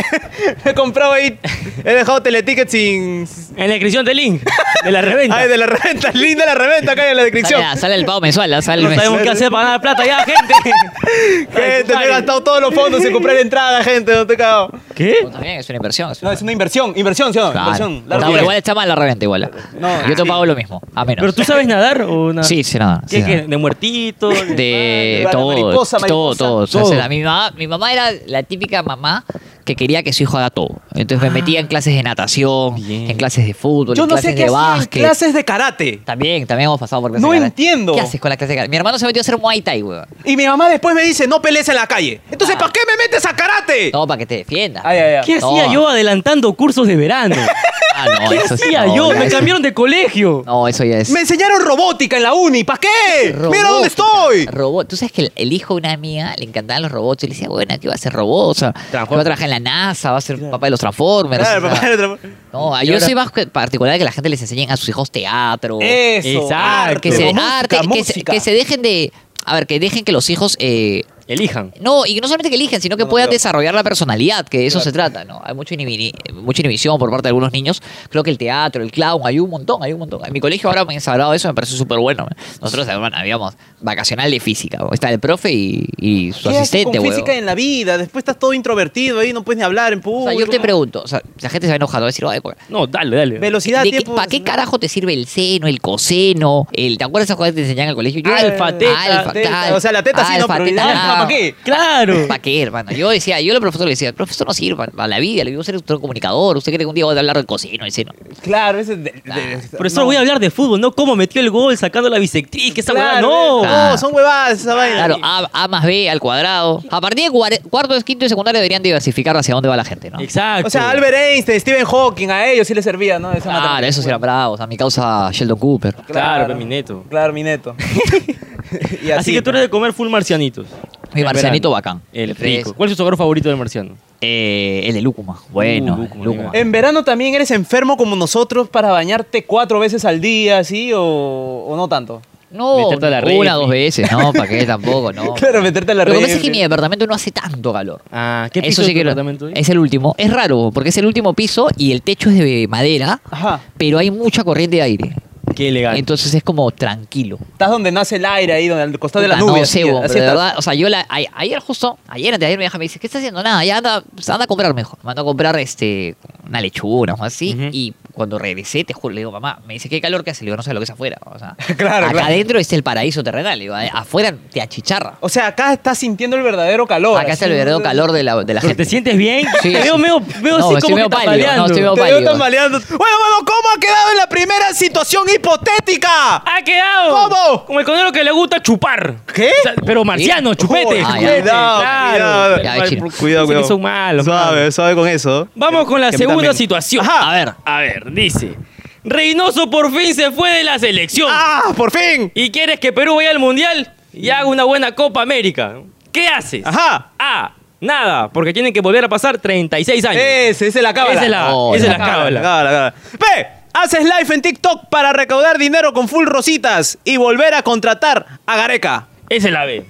B: he comprado ahí. He dejado teletickets sin.
A: En la descripción del link, de la reventa.
B: Ay, de la reventa. Linda la reventa acá en la descripción.
C: Sale, la- sale el pago mensual, ¿ah? sale el
A: no
C: mes.
A: sabemos qué hacer para ganar plata ya, gente. Ay,
B: Gente, me he
A: compadre.
B: gastado todos los fondos en comprar entradas, gente. No te cago.
A: ¿Qué?
C: También es una inversión. es
B: No, es una inversión. Inversión, ¿sí o no?
C: Claro.
B: Inversión.
C: No,
B: Largo
C: pero
B: plazo.
C: igual está mal la reventa, igual. ¿ah?
B: No,
C: Yo te
B: sí.
C: pago lo mismo, a menos.
A: ¿Pero tú sabes nadar o nada?
C: Sí, sí, nada. sí,
A: ¿Qué, qué?
C: nada.
A: ¿De muertito?
B: de
C: De
B: la
C: todo,
B: mariposa,
C: todo,
B: mariposa,
C: todo. O sea,
B: todo.
C: será- mi, mamá, mi mamá era la típica mamá que quería que su hijo haga todo. Entonces me metía en clases de natación, en clases de fútbol,
B: Ah. Yo
C: en
B: no
C: clases
B: sé qué
C: de
B: hacen
C: básquet.
B: clases de karate.
C: También, también hemos pasado por clases
B: No
C: de karate.
B: entiendo.
C: ¿Qué haces con la clase de karate? Mi hermano se metió a hacer Muay Thai, weón.
B: Y mi mamá después me dice, no pelees en la calle. Entonces,
C: Ah.
B: ¿para qué me metes a karate?
C: No, para que te defiendas.
B: Ay, ay, ay.
A: ¿Qué hacía
C: No.
A: yo adelantando cursos de verano?
C: Ah, no,
A: ¿Qué
C: eso sí,
A: hacía
C: no,
A: yo?
C: ya
A: Me
C: eso-
A: cambiaron de colegio.
C: No, eso ya es.
B: Me enseñaron robótica en la uni. ¿Para qué? Mira dónde estoy.
C: Robótica, Robot. Tú sabes que el, el hijo de una amiga le encantaban los robots y le decía, bueno, aquí va a ser robot, o sea, va a trabajar en la NASA, va a ser papá de los Transformers.
B: Claro,
C: o sea,
B: papá, era otra-
C: No, yo soy más que- particular de que la gente les enseñen a sus hijos teatro.
B: Eso.
A: Exacto.
C: que se,
B: música,
C: arte, que se,
B: música.
C: que se dejen de. A ver, que dejen que los hijos. eh,
A: Elijan.
C: no, y no solamente que eligen, sino que
B: no,
C: puedan
B: claro.
C: desarrollar la personalidad, que de eso se trata, ¿no? Hay mucha, inhibi- mucha inhibición por parte de algunos niños. Creo que el teatro, el clown, hay un montón, hay un montón. En mi colegio ahora me han sagrado eso, me parece súper bueno. Nosotros, hermano, habíamos vacacional de física. ¿no? Está el profe y, y su
B: ¿Qué haces
C: asistente,
B: con
C: güey.
B: física en la vida? Después estás todo introvertido ahí, no puedes ni hablar en
C: O
B: público.
C: sea, yo te pregunto, o sea, la gente se va a enojar, va a decir, "Oye,
A: No, dale, dale.
B: Velocidad, tiempo...
C: ¿Para qué carajo te sirve el seno, el coseno? El, ¿Te acuerdas esas cosas que te enseñaban en el colegio?
A: Alfa, teta,
B: Ah, teta. O sea, la teta
C: Ah,
B: sí, no, pero el alfa, ¿pa' qué?
A: Claro.
C: ¿Para qué, hermano? Yo decía, yo al profesor le decía, profesor no sirve para la vida, le digo, ser un comunicador, usted cree que un día voy a hablar del coseno, el seno.
B: Claro, ese... de- de-
C: Ah,
A: Profesor,
B: no.
A: voy a hablar de fútbol, no cómo metió el gol sacando la bisectriz, que esa huevada,
B: Claro,
A: no.
C: Claro.
B: No, son huevadas esa vaina.
C: Claro, a, A más B al cuadrado. A partir de cuare- cuarto, quinto y secundario deberían diversificar hacia dónde va la gente, ¿no?
A: Exacto.
B: O sea, Albert Einstein, Stephen Hawking, a ellos sí les servía, ¿no? Esa
C: ah, Claro,
B: matemática.
C: esos eran bravos. A mi causa, Sheldon Cooper.
A: Claro, mi neto.
B: Claro, mi neto. Y
A: Así que tú eres de comer full marcianitos.
C: Mi
A: En
C: marcianito
A: verano.
C: bacán.
A: El
C: fresco.
A: rico. ¿Cuál es tu sabor favorito del marciano?
C: Eh, el de Lúcuma. Bueno,
A: Uh,
C: el
A: lúcuma,
C: lúcuma.
B: pues. ¿En verano también eres enfermo como nosotros para bañarte cuatro veces al día, sí? ¿O, o no tanto?
C: No,
A: Meterte a la
C: una
A: refri.
C: dos veces, no, ¿para qué tampoco? No.
B: Claro, meterte a la
C: Lo que pasa es
B: refri.
C: que mi departamento no hace tanto calor.
A: Ah,
C: Eso sí que lo- es el último. Es raro, porque es el último piso y el techo es de madera,
B: Ajá.
C: pero hay mucha corriente de aire.
A: Qué legal.
C: Entonces es como tranquilo.
B: Estás donde nace el aire ahí, donde al costado de las
C: Puta,
B: nubes.
C: No sé,
B: así,
C: bo, pero
B: así
C: de
B: estás.
C: verdad, o sea, yo la, a- ayer justo, ayer antes de ayer mi hija me dice, ¿qué estás haciendo? Nada, ya anda, pues, anda a comprar mejor. Me ando a comprar este, una lechuga o algo así.
A: Ujú.
C: Y cuando regresé, te juro, le digo, mamá, me dice, ¿qué calor que hace? Le digo, no sé lo que es afuera. O sea,
B: Claro,
C: acá
B: claro.
C: adentro es el paraíso terrenal. Le digo, "A- afuera te achicharra.
B: O sea, acá estás sintiendo el verdadero calor.
C: acá está el
B: así,
C: verdadero
B: ¿no?
C: calor de la, de la
A: ¿Te
C: gente.
A: sientes bien?
C: Sí,
A: Te
C: sí.
A: veo medio, veo
C: No,
A: así
C: estoy
A: como
C: medio
A: que
C: pálido, no,
A: tambaleando.
C: estoy medio
B: Te veo
C: pálido.
B: tambaleando. Bueno, mano, ¿cómo ha quedado en la primera situación hipotética?
A: ¡Ha quedado!
B: ¿Cómo?
A: Como el conero que le gusta chupar.
B: ¿Qué?
A: O sea, pero marciano,
C: ¿Sí?
A: chupete.
C: Ah, ya.
A: chupete,
B: Cuidado,
A: claro.
B: cuidado.
C: Ya, ve, chino.
A: Dicen que son malos. malos.
B: Suave, suave con eso.
A: Vamos con la
B: Que a mí
A: segunda
B: también.
A: situación.
B: Ajá.
A: A ver, a ver, dice. Reynoso por fin se fue de la selección.
B: ¡Ah, por fin!
A: ¿Y quieres que Perú vaya al Mundial? Y haga una buena Copa América. ¿Qué haces?
B: Ajá.
A: A. Nada, porque tienen que volver a pasar 36 años.
B: Ese, ese es la cábala.
A: Esa es la,
C: Oh,
A: esa es
C: la
A: la cábala.
B: cábala, cábala. P. Haces live en TikTok para recaudar dinero con full rositas y volver a contratar a Gareca.
A: Esa es la B.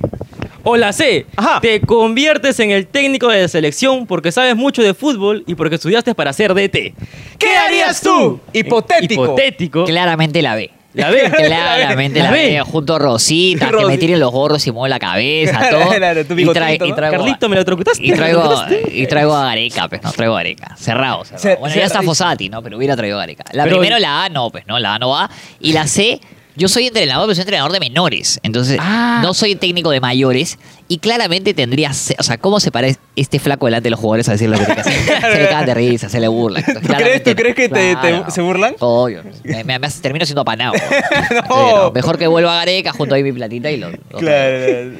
A: O la C.
B: Ajá.
A: Te conviertes en el técnico de la selección porque sabes mucho de fútbol y porque estudiaste para ser DT.
B: ¿Qué harías tú? Hipotético.
A: Hipotético.
C: Claramente la ve.
A: La ve.
C: Claramente la,
A: La
C: ve.
A: ve.
C: Junto a Rosita, que me
B: Rosi-
C: tiren los gorros y mueve la cabeza, todo.
B: Claro, tu
C: y, trae-
B: bigotito,
C: y
B: ¿no?
C: traigo,
A: Carlito, me lo troquetaste.
C: y
A: ¿Me lo
C: traigo,
A: troquetaste?
C: y traigo a Gareca, pues no, traigo a Gareca. Cerrado, cerrado.
B: Cer-
C: bueno, ya está
B: cerradísimo.
C: Fosati, ¿no? Pero hubiera traído a Gareca. La
A: Pero-
C: primero, la A no, pues no, la A no va. Y la C, yo soy entrenador, pero soy entrenador de menores. Entonces,
A: Ah.
C: no soy técnico de mayores. Y claramente tendría, ce- o sea, ¿cómo se para este flaco delante de los jugadores a decir lo que tiene que hacer? se le cagan de risa, se le burla.
B: crees- tú crees que te- te- se burlan?
C: Obvio. Me, me- me hace- termino siendo apanado. Sí,
B: No.
C: no, mejor que vuelva a Gareca junto ahí mi platita y lo. lo-
B: Claro.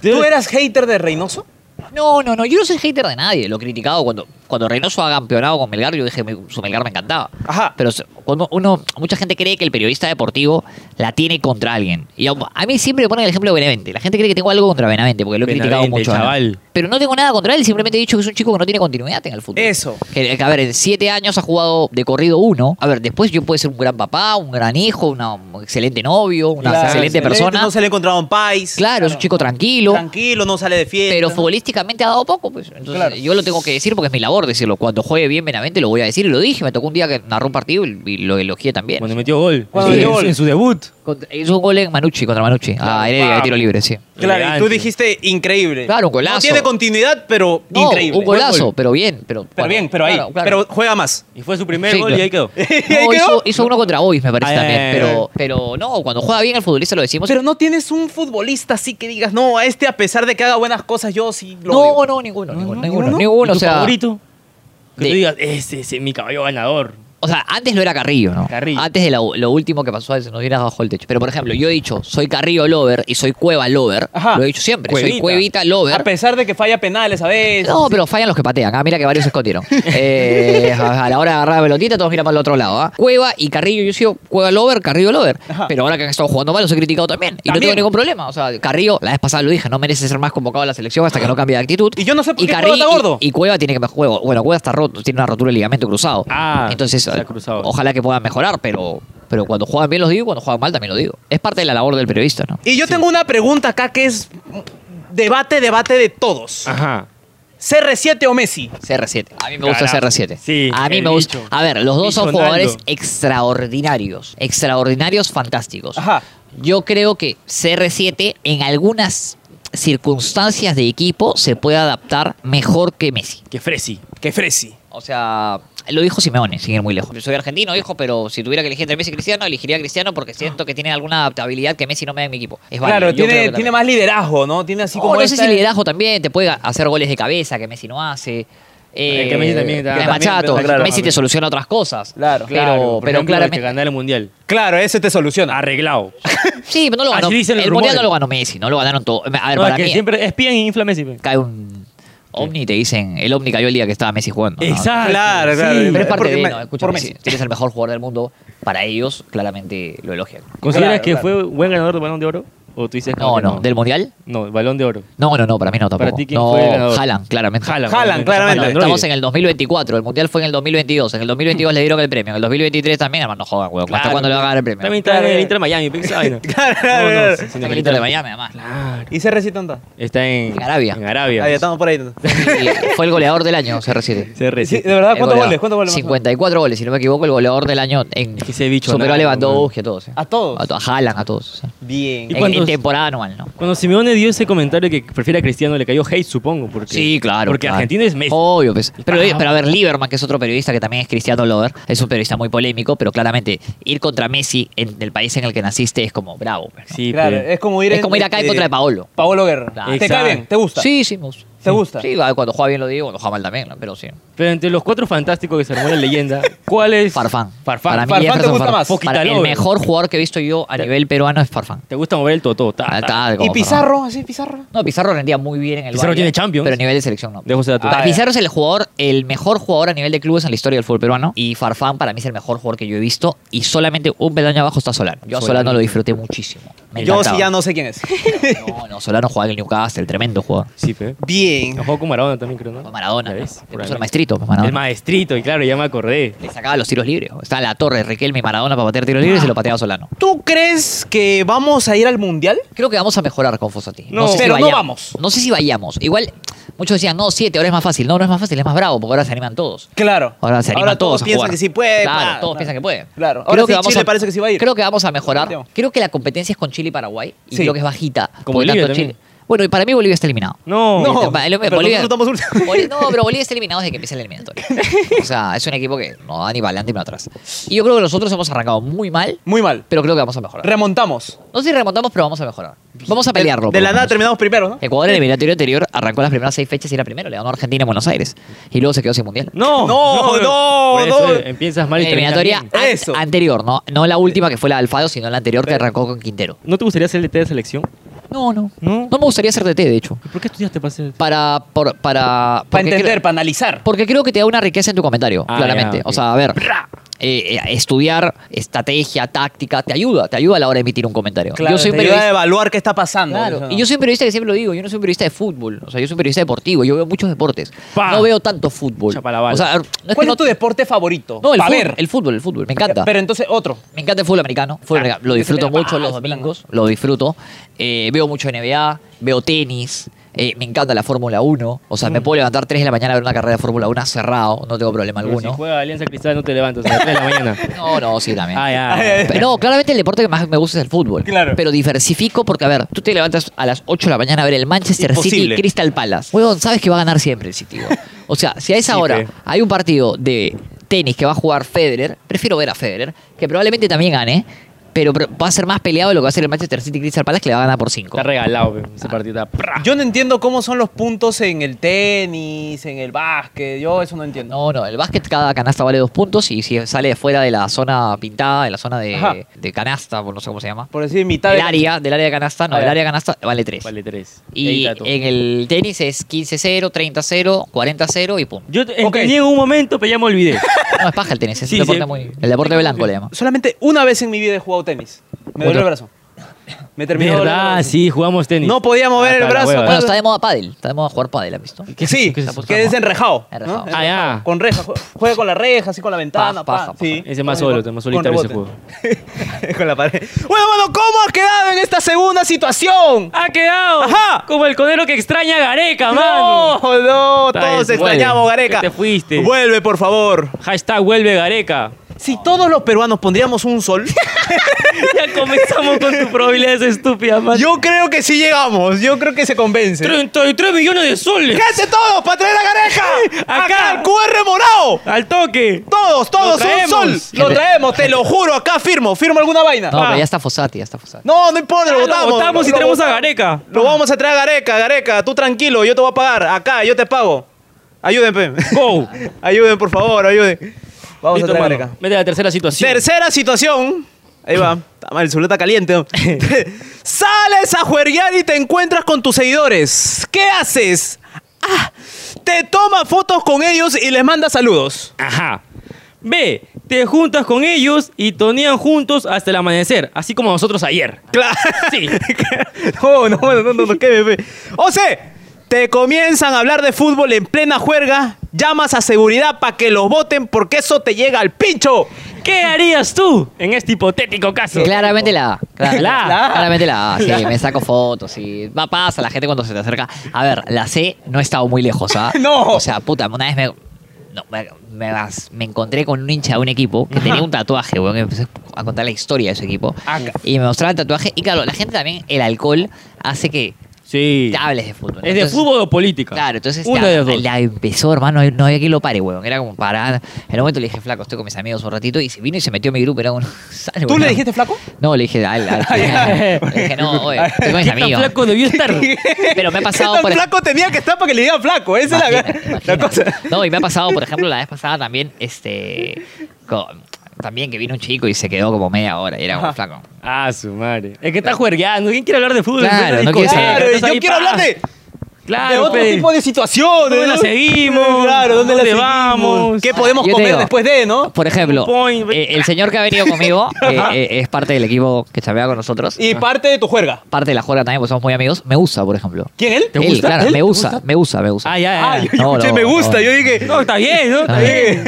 B: ¿Tú eras hater de Reynoso?
C: No, no, no. Yo no soy hater de nadie. Lo he criticado cuando, cuando Reynoso ha campeonado con Melgar. Yo dije, "Me- su Melgar me encantaba.
B: Ajá.
C: Pero se- cuando uno, mucha gente cree que el periodista deportivo la tiene contra alguien. Y a, a mí siempre me ponen el ejemplo de Benavente. La gente cree que tengo algo contra Benavente porque lo he criticado
A: Benavente,
C: mucho. a
A: chaval.
C: Benavente. Pero no tengo nada contra él. Simplemente he dicho que es un chico que no tiene continuidad en el fútbol.
B: Eso.
C: Que, que, a ver, en siete años ha jugado de corrido uno. A ver, después yo puedo ser un gran papá, un gran hijo, una- un excelente novio, una
B: Claro,
C: excelente, persona.
B: No se le encontraba un país.
C: Claro, es un chico tranquilo.
B: Tranquilo, no sale de fiesta.
C: Pero futbolísticamente ha dado poco, pues. Entonces,
B: Claro.
C: yo lo tengo que decir porque es mi labor decirlo. Cuando juegue bien Benavente lo voy a decir y lo dije. Me tocó un día que narró un partido y, y lo elogié también.
A: Cuando metió gol.
B: Cuando
A: en, su-
B: metió gol.
A: en su debut.
C: Contra- hizo un gol en Manucci, contra Manucci. Ah, Heredia, de tiro libre, sí.
B: Claro, y tú
D: Elegante.
B: dijiste increíble.
C: Claro, un golazo.
B: No tiene continuidad, pero
C: No,
B: increíble.
C: un golazo, pero bien. Pero,
B: Pero
C: bueno,
B: bien, pero ahí.
C: claro, claro.
B: Pero juega más.
A: Y fue su primer
C: Sí,
A: gol y
C: claro. Eh,
A: ahí quedó.
B: ahí
C: No,
B: quedó.
C: hizo, hizo uno contra Boys, me parece
B: Ay,
C: también.
B: ay, ay,
C: pero, pero no, cuando juega bien el futbolista lo decimos.
B: Pero no tienes un futbolista así que digas, no, a este a pesar de que haga buenas cosas, yo sí lo
C: no,
B: odio".
C: no, ninguno, ninguno,
B: no,
C: ninguno,
B: ninguno.
C: ninguno,
A: ¿Y
C: o
A: tu
C: sea,
A: favorito? Que
C: de-
A: tú digas, ese, ese es mi caballo ganador.
C: o sea, antes no era Carrillo, ¿no?
A: Carrillo.
C: Antes de lo, lo último que pasó, se nos diera bajo el techo. Pero, por ejemplo, yo he dicho, soy Carrillo Lover y soy Cueva Lover.
B: Ajá.
C: Lo he dicho siempre, soy
B: Cuevita. Ah,
C: Cuevita
B: A
C: Lover.
B: pesar de que falla penales a veces.
C: No, pero fallan los que patean. Ah, mira que varios se escondieron. Eh, a a la hora de agarrar la pelotita, todos miran para el otro lado. ¿ah? Cueva y Carrillo, yo he sido Cueva Lover, Carrillo Lover. Pero ahora que han estado jugando mal, los he criticado también. Y no
B: También.
C: tengo ningún problema. O sea, Carrillo, la vez pasada lo dije, no merece ser más convocado a la selección hasta que no cambie de actitud.
B: Y yo no sé por
C: Y
B: qué
C: Carrillo-
B: Cueva está gordo.
C: Y, y Cueva tiene que mejorar. Bueno, Cueva está roto, tiene una rotura de ligamento cruzado.
A: Ah,
C: Entonces,
A: se ha
C: eh,
A: cruzado.
C: ojalá que puedan mejorar, pero, pero cuando juegan bien los digo, cuando juegan mal también lo digo. Es parte de la labor del periodista, ¿no?
B: Y yo tengo una pregunta acá que es debate, debate de todos.
C: Ah.
A: Ajá.
B: ¿CR7 o Messi?
C: CR7. A mí me gusta
A: Carajo.
C: CR7.
A: Sí,
C: A mí
A: el
C: me gusta.
A: bicho.
C: A ver, los dos
A: Bicho
C: son jugadores
A: Naldo.
C: extraordinarios. Extraordinarios, fantásticos.
B: Ajá.
C: Yo creo que CR7 en algunas circunstancias de equipo se puede adaptar mejor que Messi.
A: Que Fresi.
B: Que Fresi.
C: O sea, lo dijo Simeone, sin ir muy lejos. Soy argentino, hijo, pero si tuviera que elegir entre Messi y Cristiano, elegiría a Cristiano porque siento que tiene alguna adaptabilidad que Messi no me da en mi equipo. Es válido,
B: claro,
C: yo creo que
B: tiene,
C: también.
B: tiene más liderazgo, ¿no? Tiene así
C: Oh,
B: como.
C: no sé
B: esta-
C: si liderazgo también te puede hacer goles de cabeza que Messi no hace. Eh,
A: Eh, que Messi también está-
C: es
A: que
B: también,
C: machato.
B: pero claro.
C: Messi te soluciona otras cosas.
B: Claro.
C: pero,
A: por
C: pero
A: ejemplo,
C: claramente.
A: el Que ganar el mundial.
B: Claro, ese te soluciona.
A: Arreglado.
C: Sí, pero no lo
A: este Así
C: ganó.
A: dicen los
C: El mundial
A: rumores.
C: no lo ganó Messi, no lo ganaron todos. A ver,
A: No, es
C: para
A: que
C: mí
A: siempre espían y infla Messi. pe.
C: cae un ovni y te dicen, el ovni cayó el día que estaba Messi jugando. ¿no?
A: Exacto.
B: Claro, claro.
A: Ah, Sí.
C: Pero es parte
B: Porque
C: de,
B: me-
C: no,
B: por
C: escúchame,
B: Messi.
C: si eres el mejor jugador del mundo, para ellos claramente lo elogian.
A: ¿Consideras
B: Claro,
A: que
B: claro.
A: fue buen ganador del Balón de Oro? ¿O tú dices como
C: No,
A: que
C: no, del mundial.
A: No, el Balón de Oro.
C: No, no, no, para mí no tampoco.
A: Para ti, ¿quién
C: no,
A: fue el ganador?
C: Haaland, claramente.
A: Haaland,
B: Haaland, claramente.
C: Bueno,
A: Haaland,
C: estamos
A: ¿no?
C: en el 2024, el mundial fue en el 2022, en el 2022 le dieron el premio, en el 2023 también, hermano, no jodan, weón, ¿hasta
A: Claro,
C: cuándo le va a dar el premio?
A: También está
C: También
A: en
B: Claro.
A: el Inter Miami. pe, esa vaina.
B: Claro,
A: No, no, sin-
B: claro.
A: sin
C: está en el
A: demeritar.
C: Inter de Miami, además.
A: Claro.
B: ¿Y CR7 dónde está?
A: Está en,
C: En Arabia.
A: En Arabia.
B: Ahí estamos por ahí.
C: Y fue el goleador del año, CR7.
A: CR7.
B: Sí, de verdad,
C: El
B: ¿cuántos
C: goleador.
B: goles? ¿Cuántos goles? más o menos?
C: 54 goles, si no me equivoco, el goleador del año en
A: Es que ese bicho
C: superó a
A: nada,
C: Lewandowski a todos. eh.
B: ¿A todos?
C: A, to- pues, a Haaland, a todos. o sea.
B: Bien.
A: ¿Y
C: En- en,
A: cuántos?
C: temporada anual, ¿no?
A: Cuando Simeone dio ese comentario que prefiere a Cristiano, le cayó hate, supongo. Porque,
C: Sí, claro.
A: Porque
C: claro.
A: Argentina es Messi. Ah.
C: Obvio, pues. Pero, pero a ver, Lieberman, que es otro periodista que también es cristiano Lover, es un periodista muy polémico, pero claramente ir contra Messi en el país en el que naciste es como bravo. pues, ¿no?
A: Sí,
B: Claro,
A: pe.
B: es como ir
C: Es como ir acá en contra de Paolo.
B: Paolo Guerra.
C: Claro.
B: ¿Te cae
A: Exacto.
B: bien? este, ¿Te gusta?
C: Sí, sí, me gusta.
B: ¿Te gusta?
C: Sí, va, cuando juega bien lo digo, cuando juega mal también, ¿no? pero sí.
A: Pero entre los cuatro fantásticos que se armó la leyenda, ¿cuál es?
C: Farfán.
A: Farfán.
C: Para mí
B: Farfán te
C: Jefferson
B: gusta
C: Farfán.
B: más.
C: Para- el
A: Poquitalobre.
C: mejor jugador que he visto yo a nivel peruano es Farfán.
A: ¿Te gusta mover el totó? Ta, ta.
C: Tal como
B: Ah, ¿Y
C: Farfán.
B: Pizarro? ¿Así Pizarro?
C: No, Pizarro rendía muy bien en el
A: Pizarro
C: Bayern,
A: tiene Champions.
C: Pero a nivel de selección no.
A: Dejo ese dato.
C: Pa-
B: Ah, ya.
C: Pizarro es el jugador, el mejor jugador a nivel de clubes en la historia del fútbol peruano. Y Farfán para mí es el mejor jugador que yo he visto. Y solamente un peldaño abajo está Solano. Yo a Solano lo disfruté muchísimo. Me
B: Yo sí
C: encantaba.
B: ya no sé quién es.
C: No, no, Solano jugaba en el Newcastle, tremendo jugador.
A: Sí, pe.
B: Bien.
A: Jugó con Maradona también, creo, ¿no?
C: Fue Maradona.
A: ¿Ya
C: ¿no?
A: ves?
C: Le
A: Por
C: puso
A: ahí.
C: el maestrito, pues, Maradona.
A: El maestrito, y claro, ya me acordé.
C: Le sacaba los tiros libres. Estaba en la torre Riquelme y Maradona para patear tiros libres y se lo pateaba Solano.
B: ¿Tú crees que vamos a ir al mundial?
C: Creo que vamos a mejorar con Fosati.
A: No,
B: pero no vamos.
C: No sé si vayamos. Igual, muchos decían, no, siete, ahora es más fácil. No, no es más fácil, es más bravo, porque ahora se animan todos.
B: Claro.
C: Ahora se animan
B: Ahora todos
C: a
B: piensan
C: jugar.
B: que sí puede,
C: Claro,
B: claro,
C: todos
B: claro.
C: piensan que puede.
B: Claro. Ahora sí, Chile parece que sí va a ir.
C: Creo que vamos a mejorar.
B: Santiago.
C: Creo que la competencia es con Chile y Paraguay. Y
B: Sí.
C: creo que es bajita.
A: Con
C: Por lo
A: Bolivia
C: tanto,
A: también.
C: Bueno, y para mí Bolivia está eliminado.
A: No.
B: No.
C: Para- el-
B: pero
C: Bolivia-
B: nosotros estamos últimos.
C: Boli- no, pero Bolivia está eliminado desde que empieza el eliminatorio. O sea, es un equipo que no da ni para adelante ni para atrás. Y yo creo que nosotros hemos arrancado muy mal,
B: Muy mal.
C: pero creo que vamos a mejorar.
B: Remontamos.
C: No sé si remontamos, pero vamos a mejorar. Vamos a pelearlo.
B: De
C: por
B: la
C: lo
B: nada
C: menos.
B: terminamos primero, ¿no?
C: Ecuador en el eliminatorio anterior arrancó las primeras seis fechas y era primero. Le ganó a Argentina en Buenos Aires. Y luego se quedó sin mundial.
A: No,
B: No, Pues, no,
A: Por eso,
B: no.
A: eh, Empiezas mal y
C: La
A: terminas
C: eliminatoria
A: bien.
B: bien.
C: an-
B: Eso.
C: anterior, ¿no? No la última que fue la de Alfaro, sino la anterior que arrancó con Quintero.
A: ¿No te gustaría ser el DT de selección?
C: No, no.
A: No.
C: No me gustaría ser DT, de hecho.
A: ¿Y ¿Por qué estudiaste para E ser
C: Para. por- para.
B: Para
C: porque
B: entender,
C: creo-
B: para analizar.
C: porque creo que te da una riqueza en tu comentario,
A: Ah,
C: claramente.
A: ya, ok.
C: O sea, a ver. eh, eh, estudiar estrategia, táctica, te ayuda, te ayuda a la hora de emitir un comentario.
B: Claro,
C: yo soy un
B: te ayuda
C: periodista-
B: a evaluar qué está pasando.
C: Claro.
B: Eso,
C: Y yo soy un periodista que siempre lo digo, yo no soy un periodista de fútbol, o sea, yo soy un periodista deportivo, yo veo muchos deportes.
A: Pa.
C: No veo tanto fútbol.
A: Chapa la bala.
C: O sea, no es que
B: ¿Cuál
C: no
B: es tu deporte favorito?
C: No, el
B: Pa'
C: fútbol,
B: ver.
C: el fútbol, el fútbol, me encanta.
B: Pero entonces, otro.
C: me encanta el fútbol americano, fútbol americano.
B: que
C: lo
B: se
C: disfruto
B: pega
C: mucho los
B: patadas,
C: domingos, lo disfruto. Eh, veo mucho NBA, veo tenis, Eh, me encanta la Fórmula 1. O sea, me
A: Mm.
C: puedo levantar 3 de la mañana a ver una carrera de Fórmula 1 cerrado. No tengo problema
A: Pero si
C: alguno.
A: juega Alianza Cristal no te levantas a las 3 de la mañana.
C: No, no, sí, también.
A: Ah, ya.
C: Pero No, claramente el deporte que más me gusta es el fútbol.
B: Claro.
C: Pero diversifico porque, a ver, tú te levantas a las 8 de la mañana a ver el Manchester
B: Imposible.
C: City Crystal Palace. Huevón, sabes que va a ganar siempre el City. huevón. O sea, si a esa hora hay un partido de tenis que va a jugar Federer, prefiero ver a Federer, que probablemente también gane, pero pro- va a ser más peleado de lo que va a ser el Manchester City Crystal Palace, que le va a ganar por 5.
A: Está regalado pe, ese partido. Está
C: Ah.
A: pra.
B: Yo no entiendo cómo son los puntos en el tenis, en el básquet. Yo eso no entiendo.
C: No, no, el básquet cada canasta vale dos puntos y si sale fuera de la zona pintada, de la zona
B: Ajá.
C: de, de canasta, o no sé cómo se llama,
B: Por decir, mitad
C: del
B: de-
C: área, del área de canasta, no,
B: Ah,
C: del
B: ya.
C: área de canasta vale tres.
A: Vale 3.
C: Y en el tenis es 15-0, 30-0, 40-0 y pum.
A: Yo te- entendí en un momento, pero ya me olvidé.
C: No es paja el tenis, es
A: Sí,
C: un deporte
A: sí.
C: muy. El deporte blanco le llaman.
B: Solamente una vez en mi vida he jugado tenis. Me dolió el
C: Otra.
B: brazo. Me terminó. doliendo
A: ¿Verdad?
B: el brazo.
A: Sí, jugamos tenis.
B: No podía mover
A: Hasta
B: el
A: la
B: brazo.
A: hueva.
C: Bueno, está de moda pádel, está de moda jugar pádel, ¿has visto?
B: Que sí,
A: ¿Qué es
B: que
A: eso?
B: es desenrejado. ¿no?
C: Enrejado.
A: Ah, ya.
B: Con reja. jue- Juega con la reja, así con la ventana.
C: Paja,
B: pa,
C: paja,
B: sí.
A: Ese es más
B: Con-
A: solo, es más
B: con
A: solitario ese
B: rebote.
A: juego.
B: con la pared. Bueno, mano, ¿cómo ha quedado en esta segunda situación?
A: ¡Ha quedado!
B: Ajá.
A: Como el conero que extraña a Gareca,
B: No,
A: Ah, mano.
B: no,
A: Está
B: todos
A: bien,
B: extrañamos,
A: vuelve.
B: Gareca.
A: Que te fuiste.
B: Vuelve, por favor.
A: Hashtag vuelve Gareca.
B: Si todos los peruanos pondríamos un sol,
A: Ya comenzamos con tus probabilidades estúpidas, mano.
B: yo creo que sí llegamos. Yo creo que se convence.
A: 33 millones de soles.
B: ¡Quédense todos para traer a Gareja!
A: Acá.
B: ¡Acá! al QR morado!
A: Al toque.
B: ¡Todos, todos, un
A: traemos.
B: sol! Lo
C: Gente-
B: traemos, te lo juro. Acá firmo, firmo alguna vaina.
C: No,
B: Ah.
C: pero ya está Fossati, ya está Fossati.
B: No, no importa, lo
A: Lo
B: votamos.
A: votamos y
B: Lo
A: tenemos a
B: votamos.
A: Gareca.
B: Lo vamos a traer a Gareca, Gareca. Tú tranquilo, yo te voy a pagar. Acá, yo te pago. Ayúdenme.
A: Go.
B: ayuden, por favor, ayuden. Vamos
A: Listo,
B: a traer a
A: mano.
B: Gareca.
A: Mete la tercera situación.
B: Tercera situación. Ahí va. Está mal, el celular está caliente. ¿no? Sales a juerguear y te encuentras con tus seguidores. ¿Qué haces? Ah, te tomas fotos con ellos y les mandas saludos.
A: Ajá. B. Te juntas con ellos y tonean juntos hasta el amanecer, así como nosotros ayer.
B: Claro.
A: Sí.
B: No, no, no, no, no, no, qué bebé. O sea, te comienzan a hablar de fútbol en plena juerga, llamas a seguridad para que los voten porque eso te llega al pincho.
A: ¿Qué harías tú en este hipotético caso?
C: Claramente la A. Claramente
A: La
C: la
A: A.
C: A. Claramente la A, sí, me saco fotos y va, pasa la gente cuando se te acerca. A ver, la C no he estado muy lejos, ¿ah?
B: No.
C: O sea, puta, una vez me, no, me, me vas- me encontré con un hincha de un equipo que tenía un tatuaje, weón, y empecé a contar la historia de su equipo.
A: Ah,
C: Y me mostraba el tatuaje. Y claro, la gente también, el alcohol hace que
A: Sí.
C: te hables de fútbol.
A: ¿Es de
C: Entonces-
A: fútbol o política?
C: Claro, entonces
A: Una
C: la,
A: de las dos.
C: la empezó, hermano, no había quien lo pare, weón. Era como parada. En un momento le dije, flaco, estoy con mis amigos un ratito y se vino y se metió en mi grupo. Era un. sal,
B: ¿Tú
C: weón.
B: le dijiste flaco?
C: No, le dije, al, al- le dije, no, oye, estoy con mis
A: ¿Qué tan
C: amigos.
A: flaco debió estar?
C: Pero me ha
B: ¿Qué
C: pasado
B: tan
C: por
B: flaco tenía que estar para que le digan flaco? Esa es la-
C: Imagínate,
B: la,
C: imagínate.
B: cosa.
C: No, y me ha pasado, por ejemplo, la vez pasada también, este. con- también que vino un chico y se quedó como media hora y era como flaco.
A: Ah, su madre. Es que está juergueando. ¿Quién quiere hablar de fútbol?
C: Claro,
A: Empieza
C: no
A: discoteca,
B: Claro,
C: quiere saber.
B: y
A: estás
B: yo
A: ahí, pa.
B: quiero hablar de,
A: Claro,
B: de otro
A: pe.
B: tipo de situaciones.
A: ¿Dónde
B: ¿no?
A: la seguimos?
B: Claro, ¿dónde, la
A: ¿Dónde
B: seguimos?
A: vamos?
B: ¿Qué podemos
C: Ah, Yo te
B: comer
C: digo,
B: después de, no?
C: Por ejemplo,
A: Point.
C: eh, el señor que ha venido conmigo eh, eh, es parte del equipo que chavea con nosotros.
B: Y parte de tu juerga.
C: parte de la juega también, porque somos muy amigos, me usa, por ejemplo.
B: ¿Quién él?
C: él, claro,
B: ¿Él?
C: me usa, me usa, me usa.
A: Ah, ya, ya.
B: Ah, yo, yo
C: No,
B: escuché,
C: no,
B: me gusta.
C: no.
B: Yo dije.
A: No, está bien, ¿no? Está
C: Ah,
A: bien.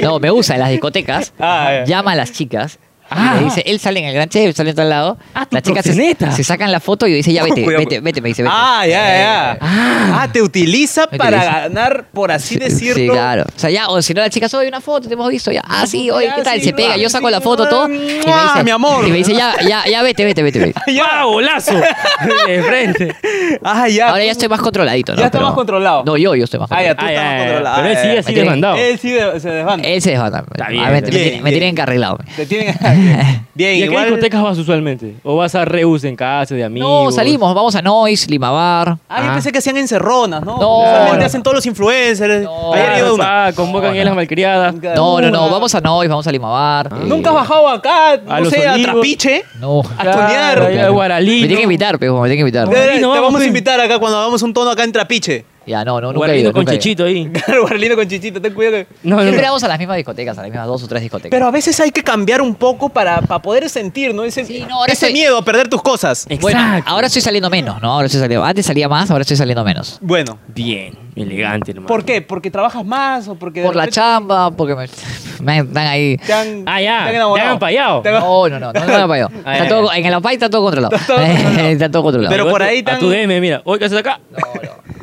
C: No, me usa en las discotecas.
B: Ah, ya.
C: llama a las chicas.
A: Ah.
C: Y le dice, él sale en el gran chef, sale en tal lado.
A: Ah, tu
C: las chicas
A: proxeneta.
C: se, se sacan la foto y dice, ya vete,
B: Cuidado.
C: vete, vete, me dice, vete.
B: Ah, ya, ya. Ah, te utiliza
C: Me
B: para
C: utiliza.
B: ganar, por así decirlo.
C: Sí, claro. O sea, ya, o si no, la chica, soy una foto, te hemos visto ya. Ah, sí, oye, ¿qué
B: Ya,
C: tal?
B: sí,
C: se pega, yo saco
B: sí,
C: la foto, todo. Y me
B: ah,
C: dice,
B: mi amor.
C: Y me dice, ya, ya, ya, vete, vete, vete. vete.
A: ¡Ya! ¡Golazo! De frente.
B: Ah, ya.
C: Ahora ya estoy más controladito, ¿no?
B: Ya está
C: Pero-
B: más controlado.
C: No, yo, yo estoy más
B: Ah, ya, tú
C: controlado.
A: Ah,
B: estabas
A: ya, ya.
B: controlado.
A: Pero él
B: Ah,
A: sigue
B: ya.
A: así
C: Me tiene-
A: demandado.
B: Él sí de- se desbanda.
C: Él se desbata.
A: Está bien,
C: Ah, me, me
B: bien,
C: tiene- me
B: bien.
C: tiene encarrilado.
B: Te tienen. bien,
A: ¿Y a qué
B: igual.
A: discotecas vas usualmente? ¿O vas a Reus en casa de amigos?
C: No, salimos, vamos a Nois, Limabar.
B: Ah, yo
A: Ah.
B: pensé que hacían encerronas, ¿no?
C: No,
B: Usualmente
A: no.
B: hacen todos los influencers.
C: No,
B: Ayer he ido
A: Claro,
B: a una.
A: pa, Ah, convocan ahí a las malcriadas.
C: No, no, no, vamos a Nois, vamos a Limabar. Eh,
B: Nunca has bajado acá, no
A: los
B: sé, a
A: olivos.
B: Trapiche.
C: No.
B: A
A: Claro,
B: tunear.
A: ahí Ah. a
C: Me tiene que
A: Guaralí. ¿no?
C: invitar, pero me tiene que invitar.
B: De verdad,
A: Ahí
B: te
A: no
B: vamos
A: vamos,
B: a
A: sí.
B: invitar acá cuando hagamos un tono acá en Trapiche.
C: Ya, no, no, nunca he
A: Guardino
C: ido.
A: con
C: nunca he ido.
A: Chichito ahí.
B: Claro, Barlino con Chichito, ten cuidado. que-
A: No, no,
C: Siempre
A: no.
C: vamos a las mismas discotecas, a las mismas dos o tres discotecas.
B: Pero a veces hay que cambiar un poco para, para poder sentir, ¿no? Ese,
C: Sí, no, ahora
B: ese
C: estoy-
B: miedo a perder tus cosas.
A: Exacto.
C: Bueno, ahora estoy saliendo menos, ¿no? Ahora estoy saliendo. Antes salía más, ahora estoy saliendo menos.
B: Bueno,
A: ah, Bien, elegante, hermano.
B: ¿por qué? ¿Porque trabajas más o porque de
C: Por la
B: repente
C: chamba, porque me, me están ahí.
B: te han,
A: Ah, ya,
B: te han
A: te
B: enamorado?
A: han payado.
B: Te han-
C: No, no, no, no, no, no, no, no.
A: Ay,
C: Está todo, en el APAI está todo controlado.
B: Está todo controlado.
C: Está todo controlado.
B: Pero
A: Igual
B: por
A: que
B: ahí tan-
A: A tu DM, mira. Oye, ¿qué haces acá?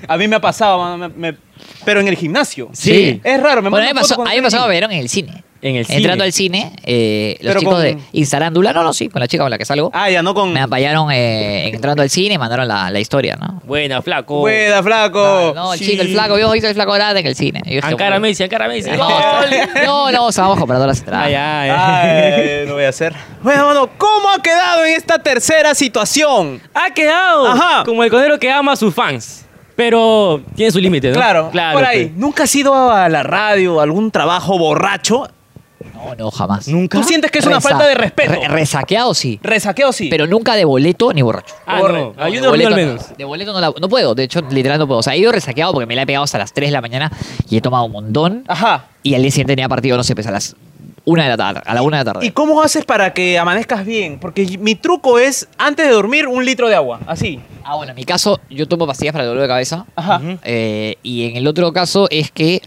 B: A mí me ha pasado, mano, me- me- pero en el gimnasio.
A: Sí.
B: Es raro, me
C: bueno,
B: mandan
C: a mí me
B: fotos
C: pasó,
B: cuando
C: a mí me
B: estoy
C: pasó,
B: en
C: me
B: el
C: vieron en el cine.
A: En el cine.
C: Entrando al cine, eh, los
B: Pero
C: chicos
B: con-
C: de Instarándula, no, no, sí, con la chica con la que salgo,
B: gym. Ah, ya, no con...
C: me apallaron eh, entrando al cine y mandaron la, la historia, ¿no? Ah,
A: Buena, flaco.
B: Buena, flaco.
C: No, el
A: sí.
C: chico, el flaco, yo hice el flaco grande en el cine. Y yo dije,
A: Ankara
C: bueno,
A: Messi, Ankara Messi.
C: no, no, no, o sea, vamos comprando las entradas.
A: Ay, ay.
B: Ay, no voy a hacer. Bueno, mano, ¿cómo ha quedado en esta tercera situación?
A: Ha quedado
B: Ajá.
A: como el cordero que ama a sus fans. Pero tiene su límite, ¿no? pues.
B: Claro, por ahí. ¿Nunca has ido a la radio, a algún trabajo borracho?
C: No, no, jamás.
A: Nunca.
B: ¿Tú sientes que es una
C: Reza-
B: falta de respeto?
C: re- resaqueado, sí.
B: Resaqueo sí.
C: Pero nunca de boleto ni borracho.
A: Ah,
B: Corre.
A: no. Hay
C: de
A: uno
C: boleto
A: al
C: no-
A: menos.
C: de boleto no, la- no puedo, de hecho, literal no puedo. O sea, he ido resaqueado porque me la he pegado hasta las 3 de la mañana y he tomado un montón.
B: Ajá.
C: Y al día siguiente tenía partido, no sé, pues a las 1 de la tarde. A la 1 de la tarde.
B: ¿Y cómo haces para que amanezcas bien? Porque mi truco es, antes de dormir, un litro de agua. Así.
C: Ah, bueno, en mi caso, yo tomo pastillas para el dolor de cabeza.
B: Ajá.
C: Eh, y en el otro caso es que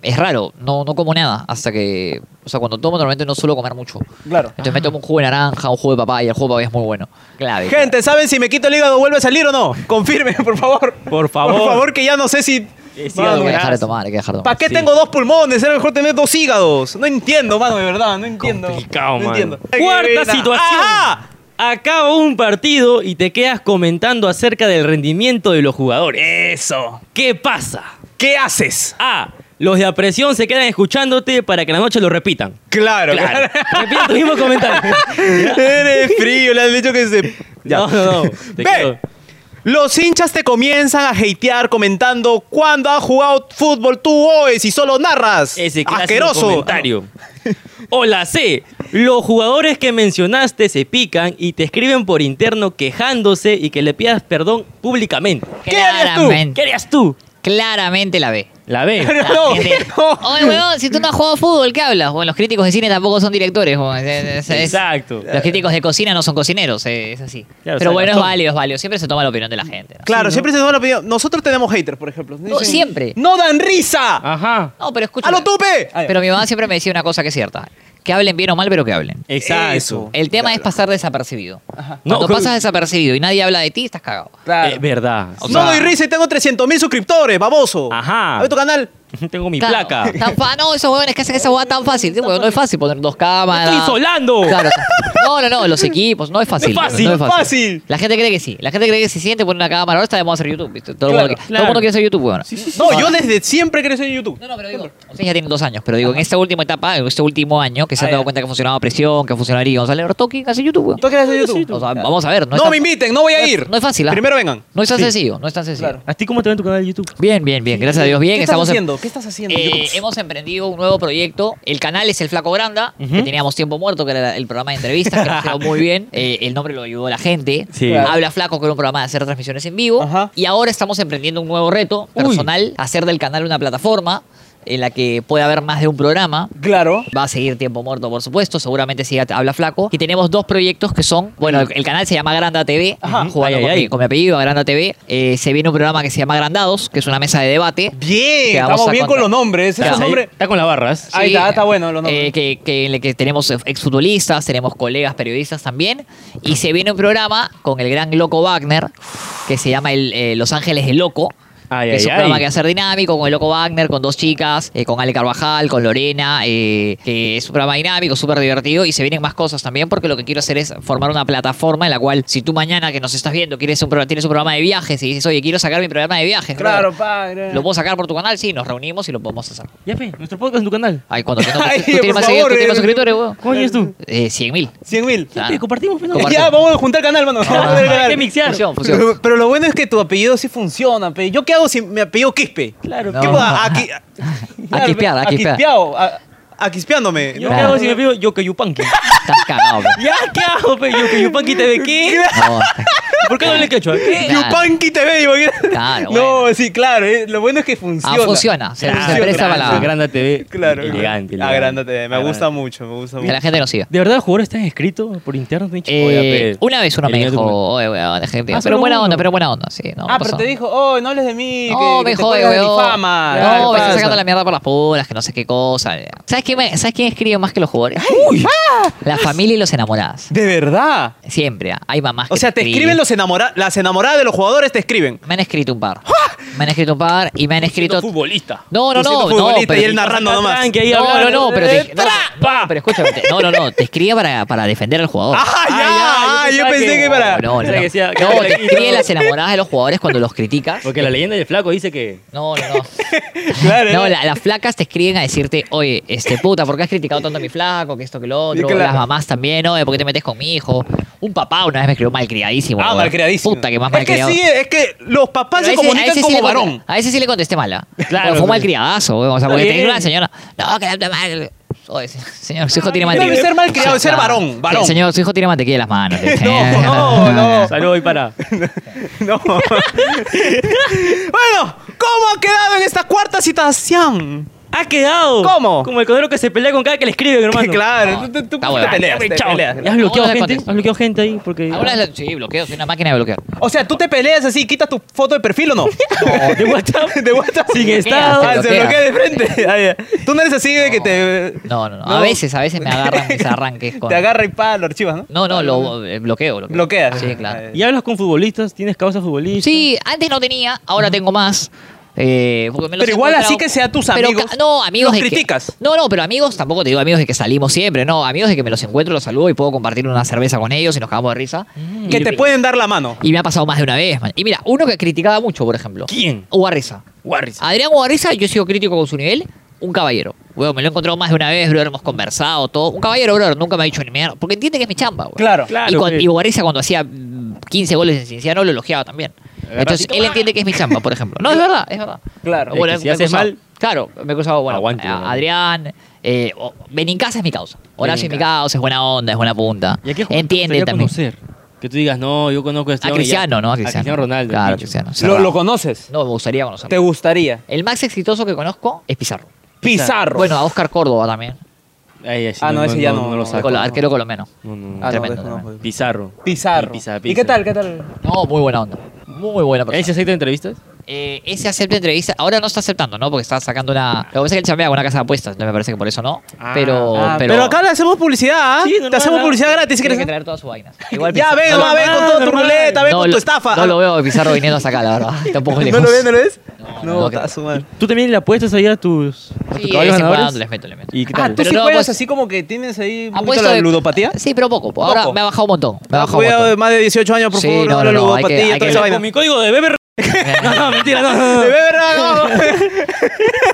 C: es raro, no, no como nada hasta que. O sea, cuando tomo normalmente no suelo comer mucho.
B: Claro.
C: Entonces me tomo un jugo de naranja, un jugo de papaya, el jugo de papaya es muy bueno. Clave.
B: Gente, ¿saben si me quito el hígado vuelve a salir o no? Confirme, por favor.
A: Por favor. Eh,
B: Por favor, que ya no sé si...
A: Es
C: clave. hay
A: hígado,
C: que dejar de
A: gracias.
C: tomar, hay que dejar de tomar.
B: ¿Para qué
A: Sí.
B: tengo dos pulmones? Era mejor tener dos hígados. No entiendo, mano, de verdad. No entiendo.
A: Complicado,
B: no
A: mano.
B: entiendo.
A: Cuarta
B: Ajá.
A: situación. Acaba un partido y te quedas comentando acerca del rendimiento de los jugadores.
B: Eso.
A: ¿Qué pasa?
B: ¿Qué haces?
A: A. Los de la presión se quedan escuchándote para que en la noche lo repitan.
B: Claro,
A: Claro. Repita tu mismo comentario.
B: Eres frío, le han dicho que se. Ya.
A: No, no, no. Te
B: Ve,
A: quedo-
B: Los hinchas te comienzan a hatear comentando cuándo has jugado fútbol tú hoy si solo narras.
A: Ese clásico
B: Asqueroso.
A: comentario. Hola C. Los jugadores que mencionaste se pican y te escriben por interno quejándose y que le pidas perdón públicamente.
B: ¿Qué harías tú?
A: ¿Qué harías tú?
C: Claramente la ve.
A: La B.
B: No,
C: Gente,
B: no.
C: Oye, weón, si tú no has jugado fútbol, ¿qué hablas? Bueno, los críticos de cine tampoco son directores. weón. Es- es- es-
A: Exacto.
C: Los críticos de cocina no son cocineros, eh, es así.
A: Claro,
C: Pero
A: o sea,
C: bueno, es
A: Gastón.
C: válido, es válido. Siempre se toma la opinión de la gente. ¿no?
B: Claro, siempre se toma la opinión. Nosotros tenemos haters, por ejemplo.
C: No,
B: Dicen,
C: siempre.
B: ¡No dan risa!
A: Ajá.
C: No, pero escucha.
B: ¡A lo tupe!
C: Pero mi mamá siempre me decía una cosa que es cierta. Que hablen bien o mal, pero que hablen.
A: Exacto.
B: Eso.
C: El tema es pasar desapercibido.
A: No,
C: Cuando
A: pero-
C: pasas desapercibido y nadie habla de ti, estás cagado.
B: Claro.
A: Es verdad.
C: O
B: no
C: sea-
B: doy risa y tengo 300 mil suscriptores, baboso.
A: Ajá.
B: A ver tu canal.
A: Tengo mi
C: Claro,
A: placa.
C: tan fa- no, esos jóvenes que hacen esa hueá tan fácil. Sí, weón, no es fácil poner dos cámaras.
A: Estoy insolando.
C: Claro, o sea, no, no, no, los equipos, no es fácil.
A: No es fácil,
B: no es fácil.
C: La gente cree que sí. La gente cree que si siente pone una cámara, ahora está de moda hacer YouTube, ¿viste? Todo,
B: Claro,
C: el, mundo, quiere- todo el
A: claro.
C: mundo quiere ser YouTube, weón.
B: No, yo desde siempre crecí en YouTube.
C: No, no, pero digo, ustedes ya tienen dos años, pero digo, en esta última etapa, en este último año, que se han dado cuenta que funcionaba presión, que funcionaría González Ortoqui, hace YouTube, weón.
B: ¿Tú crees en YouTube?
C: O sea, vamos a ver. No,
B: No,
C: es tan-
B: me inviten, no voy a
C: no es-
B: ir.
C: No es fácil. ¿ah?
B: Primero vengan.
C: No es tan sencillo, no es tan sencillo.
B: Claro.
A: ¿A ti cómo te va en tu canal de YouTube?
C: Bien, bien, bien. Gracias a Dios. Bien,
B: ¿Qué estás
C: estamos en-
B: haciendo? ¿Qué estás haciendo?
C: Eh,
B: YouTube?
C: hemos emprendido un nuevo proyecto. El canal es El Flaco Granda, que teníamos tiempo muerto, que era el programa de entrevistas, que nos quedó muy bien. Eh, el nombre lo ayudó la gente.
A: Sí.
C: Claro. Habla Flaco, que era un programa de hacer transmisiones en vivo.
B: Ajá.
C: Y ahora estamos emprendiendo un nuevo reto
A: Uy.
C: personal, hacer del canal una plataforma en la que pueda haber más de un programa.
B: Claro.
C: Va a seguir Tiempo Muerto, por supuesto. Seguramente siga Habla Flaco. Y tenemos dos proyectos que son. Bueno, el, el canal se llama Granda TV.
B: Ajá.
C: jugando
A: Ay,
C: con,
A: ay,
C: mi,
A: ay.
C: con mi apellido, Granda TV. Eh, se viene un programa que se llama Grandados, que es una mesa de debate.
B: Bien,
C: Que vamos
B: estamos
C: a
B: bien con
C: contar.
B: los nombres.
C: Claro.
B: Esos nombres.
A: Está con las barras.
B: Ahí está, está bueno los nombres.
C: eh, que, que, en el que tenemos exfutbolistas, tenemos colegas periodistas también. Y se viene un programa con el gran Loco Wagner, que se llama el, eh, Los Ángeles del Loco.
A: Ay,
C: que es
A: ay,
C: un programa
A: ay.
C: que va a ser dinámico con el Loco Wagner, con dos chicas, eh, con Ale Carvajal, con Lorena. eh, que es un programa dinámico, súper divertido y se vienen más cosas también porque lo que quiero hacer es formar una plataforma en la cual si tú mañana que nos estás viendo quieres un, pro- tienes un programa de viajes y dices, oye, quiero sacar mi programa de viajes.
B: Claro,
C: brother,
B: padre.
C: ¿Lo puedo sacar por tu canal? Sí, nos reunimos y lo podemos hacer.
A: Ya, fe, nuestro podcast en tu canal.
C: Ay, cuando tengo,
B: Ay,
C: tú tienes
B: por
C: más seguidores,
B: favor,
C: tú tienes más
B: eh.
C: suscriptores, weón.
A: ¿Cómo tienes tú?
C: Eh, 100 mil.
B: Cien mil.
C: Claro.
A: Fe, Compartimos, fe, ¿no?
C: Compartimos.
B: Ya, vamos a juntar canal, mano. Vamos a juntar
A: hay
B: canal.
A: que mixear.
C: Fusión, fusión.
B: Pero, pero lo bueno es que tu apellido sí funciona. pe. ¿Yo qué hago si mi apellido Quispe?
A: Claro.
C: No.
B: ¿Qué puedo? Aquí,
C: A quispear, a quispear.
B: Aquispeado, a- aquispeándome.
A: Yo
B: No,
A: qué hago si me pido Yokoyupanqui.
C: Estás cagado, pe.
A: Ya, ¿qué hago, pe? Yokoyupanqui TV, ¿qué?
C: No,
A: ¿Por qué no le cacho? ¿Qué?
C: Claro.
B: Yupanqui TV, imagínate.
C: Claro,
B: No,
C: bueno.
B: sí, claro. eh, Lo bueno es que funciona.
C: Ah, funciona, se-
A: Claro,
C: se presta para la-
A: Agranda TV.
B: Claro.
A: Elegante. elegante.
B: Agrándate, me
A: Agranda.
B: gusta mucho, me gusta
C: Que
B: mucho.
C: la gente nos siga.
A: ¿De verdad el jugador está inscrito por interno?
C: Eh, una vez uno me dijo, oye, weón, deja de-
A: Ah,
C: pero
A: solo
C: buena
A: uno.
C: onda, pero buena onda, sí. No,
B: Ah,
C: pasó.
B: pero te dijo, oh, no hables de mí,
C: No,
B: que, que
C: me
B: te
C: jode,
B: cuelgas de mi
C: weón.
B: fama.
C: No,
B: Claro,
C: me está
B: pasa.
C: sacando la mierda por las puras, que no sé qué cosa. ¿Sabes quién, me- ¿sabes quién escribe más que los jugadores? La familia y los enamoradas.
B: De verdad.
C: Siempre, ah, hay mamás
B: O
C: que
B: sea, te escriben los enamora las enamoradas de los jugadores te escriben.
C: Me han escrito un par. Me han escrito un par y me han escrito...
A: futbolista.
C: No, no,
B: ¡Ah! Tú siendo
C: no, no,
B: futbolista
C: pero
B: y él
C: te-
B: narrando
A: Acá
B: nomás.
A: tranqui, ahí
C: No, no,
A: hablando.
C: no, pero te, no,
A: ¡Trapa!
C: no, pero escúchame, te- no, no, no, te escribía para, para defender al jugador.
B: Ah, ya,
A: Ah, ya,
B: yo,
A: yo
B: pensé que,
A: pensaba que-
B: para.
C: no, no, no,
A: Pensé que decía-
C: No, te escribe las enamoradas de los jugadores cuando los criticas.
A: Porque la leyenda del flaco dice que...
C: No, no, no.
B: Claro,
C: No,
B: ¿eh?
C: la- las flacas te escriben a decirte, oye, este puta, ¿por qué has criticado tanto a mi flaco? Que esto, que lo
B: Sí,
C: otro.
B: claro.
C: Las mamás también, oye, ¿por qué te metes con mi hijo? Un papá una vez me escribió malcriadísimo.
B: Ah,
C: weón.
B: malcriadísimo.
C: Puta, que más
B: es que
C: malcriado.
B: sí, es que los papás
C: Pero
B: se
C: a ese- a
B: comunican
C: ese sí
B: como
C: le conte-
B: varón.
C: A ese sí le contesté mala.
A: Claro,
C: Claro. Fue un
A: pero-
C: malcriadazo, weón. O sea, porque
A: Está
C: te dijo
A: bien.
C: la señora, no, que la puta madre". Oye, se- Oh, señor, su hijo tiene
B: Debe
C: mantequilla.
B: ser malcriado,
C: Sí,
B: ser
C: claro.
B: varón,
C: Sí,
B: varón.
C: Señor, su hijo tiene mantequilla en las manos.
B: No, no, no.
A: Saludos y para.
B: No. bueno, ¿cómo ha quedado en esta cuarta citación?
A: ¡Ha quedado!
B: ¿Cómo?
A: Como el codero que se pelea con cada que le escriben, hermano.
B: claro,
C: No,
B: tú, tú- tú
C: está bueno.
B: te peleas, te
A: Chao.
B: peleas.
A: ¿Has bloqueado
C: No, no
A: gente?
C: contesto.
A: ¿Has bloqueado gente ahí? Porque...
C: Ahora es la- sí, bloqueo, soy una máquina de bloquear.
B: O sea, tú te peleas así, quitas tu foto de perfil o no?
A: ¿De WhatsApp?
B: de WhatsApp.
A: Sin
C: estado.
B: Ah, se
C: bloquea.
B: bloquea de frente. Ah, ya. Tú no eres así de que te.
C: No, no, no. A veces, a veces me agarran mis arranques con.
B: Te agarra y pa, lo archivas, ¿no?
C: No, no, lo eh, bloqueo, bloqueo.
B: Bloqueas. Ah,
C: Sí, claro.
A: ¿Y hablas con futbolistas? ¿Tienes causa futbolista?
C: Sí, antes no tenía, ahora tengo más. Eh, porque me los
B: Pero
C: he
B: igual así
C: encontrado-
B: que sea tus
C: Pero
B: amigos,
C: ca- no, amigos
B: los
C: de que-
B: criticas.
C: no, no, pero amigos, tampoco te digo amigos de que salimos siempre, no. Amigos de que me los encuentro, los saludo y puedo compartir una cerveza con ellos y nos cagamos de risa.
B: Que te pueden dar la mano.
C: Y me ha pasado más de una vez, man. Y mira, uno que criticaba mucho, por ejemplo.
A: ¿Quién?
C: Ugarriza.
A: Warriors.
C: Adrián Ugarriza, yo he sido crítico con su nivel, un caballero. Weón, me lo he encontrado más de una vez, brother, hemos conversado, todo. Un caballero, brother, nunca me ha dicho ni mierda. Porque entiende que es mi chamba, weón.
B: Claro.
A: Claro,
C: y, cuan-
A: sí.
C: y Ugarriza cuando hacía mm, 15 goles en Cinciano lo elogiaba también.
A: Eh,
C: Entonces, él entiende que es mi chamba, por ejemplo. No, es verdad, es verdad.
B: Claro.
A: Es que si
C: me he
A: haces
C: cruzado-
A: mal,
C: Claro, me he cruzado, bueno,
A: aguante,
C: a-
A: weón.
C: Adrián, eh, o- Benincasa es mi causa. Horacio es mi causa, es buena onda, es buena punta.
A: ¿Y a qué jugador te
C: Entiende
A: gustaría
C: también.
A: conocer? Que tú digas, no, yo conozco a este
C: A
A: hombre y ya-
C: Cristiano, ¿no? A Cristiano.
A: Ronaldo.
C: Claro,
A: bicho.
C: Cristiano.
B: Lo,
C: cerrado.
B: lo conoces.
C: No, me gustaría conocerlo.
B: Te gustaría.
C: El más exitoso que conozco es Pizarro.
B: Pizarro.
C: Bueno, a Oscar Córdoba también.
A: Ahí, así,
B: Ah, no, ese ya no-
A: lo
B: no.
A: saco.
C: Colo- arquero colombiano.
A: No, no, no.
B: Ah, no,
C: tremendo,
B: desconozco.
C: tremendo.
A: Pizarro.
B: Pizarro.
A: Pizarro.
B: ¿Y qué tal? ¿Qué tal?
C: No, muy buena onda. Muy buena persona.
A: ¿Él se acepta entrevistas?
C: Eh, ese acepta entrevistas. Ahora no está aceptando, ¿no? Porque está sacando una. Lo que pasa es que él chambea con una casa de apuestas. entonces Me parece que por eso no. pero,
B: Ah,
C: Oh, pero.
B: acá le hacemos publicidad, ¿ah?
A: Sí, normal,
B: Te hacemos
A: ¿ah?
B: publicidad gratis si
C: Tiene
B: quieres.
C: que traer todas sus vainas. Igual
B: Ya,
C: Pizarro-
B: ve,
C: no,
B: va, ve con toda tu
A: normal.
B: ruleta, ve
C: no
B: con
C: lo-
B: tu estafa.
C: No lo veo a Pizarro viniendo hasta acá, la verdad. Está un poco
B: ¿No
C: lejos.
B: lo ves? ¿No lo ves?
C: No,
B: No,
C: no,
B: está
C: que-
B: su madre.
A: ¿Tú también le apuestas ahí a tus, a tus
C: Sí,
A: caballos
C: de vez en
A: ganadores?
C: cuando les meto, les meto.
A: ¿Y qué
B: Ah,
A: tal?
B: ¿tú
C: Pero
B: sí
C: no,
B: juegas
C: pues-
B: así como que tienes ahí un poquito
C: Apuesto
B: la
C: de-
B: ludopatía?
C: Sí, pero poco. po. Ahora
B: Poco.
C: me ha bajado un montón. Me ha
B: Ah,
C: bajado un montón.
B: Cuidado, más de 18 años, por
C: Sí,
B: favor,
C: no,
B: no,
C: no,
B: la
C: no, hay que-
B: ludopatía, toda
C: hay que-
B: esa
A: Con
B: vaina.
A: mi código de BBR... No, no, mentira, no, no. no.
B: De verdad, no.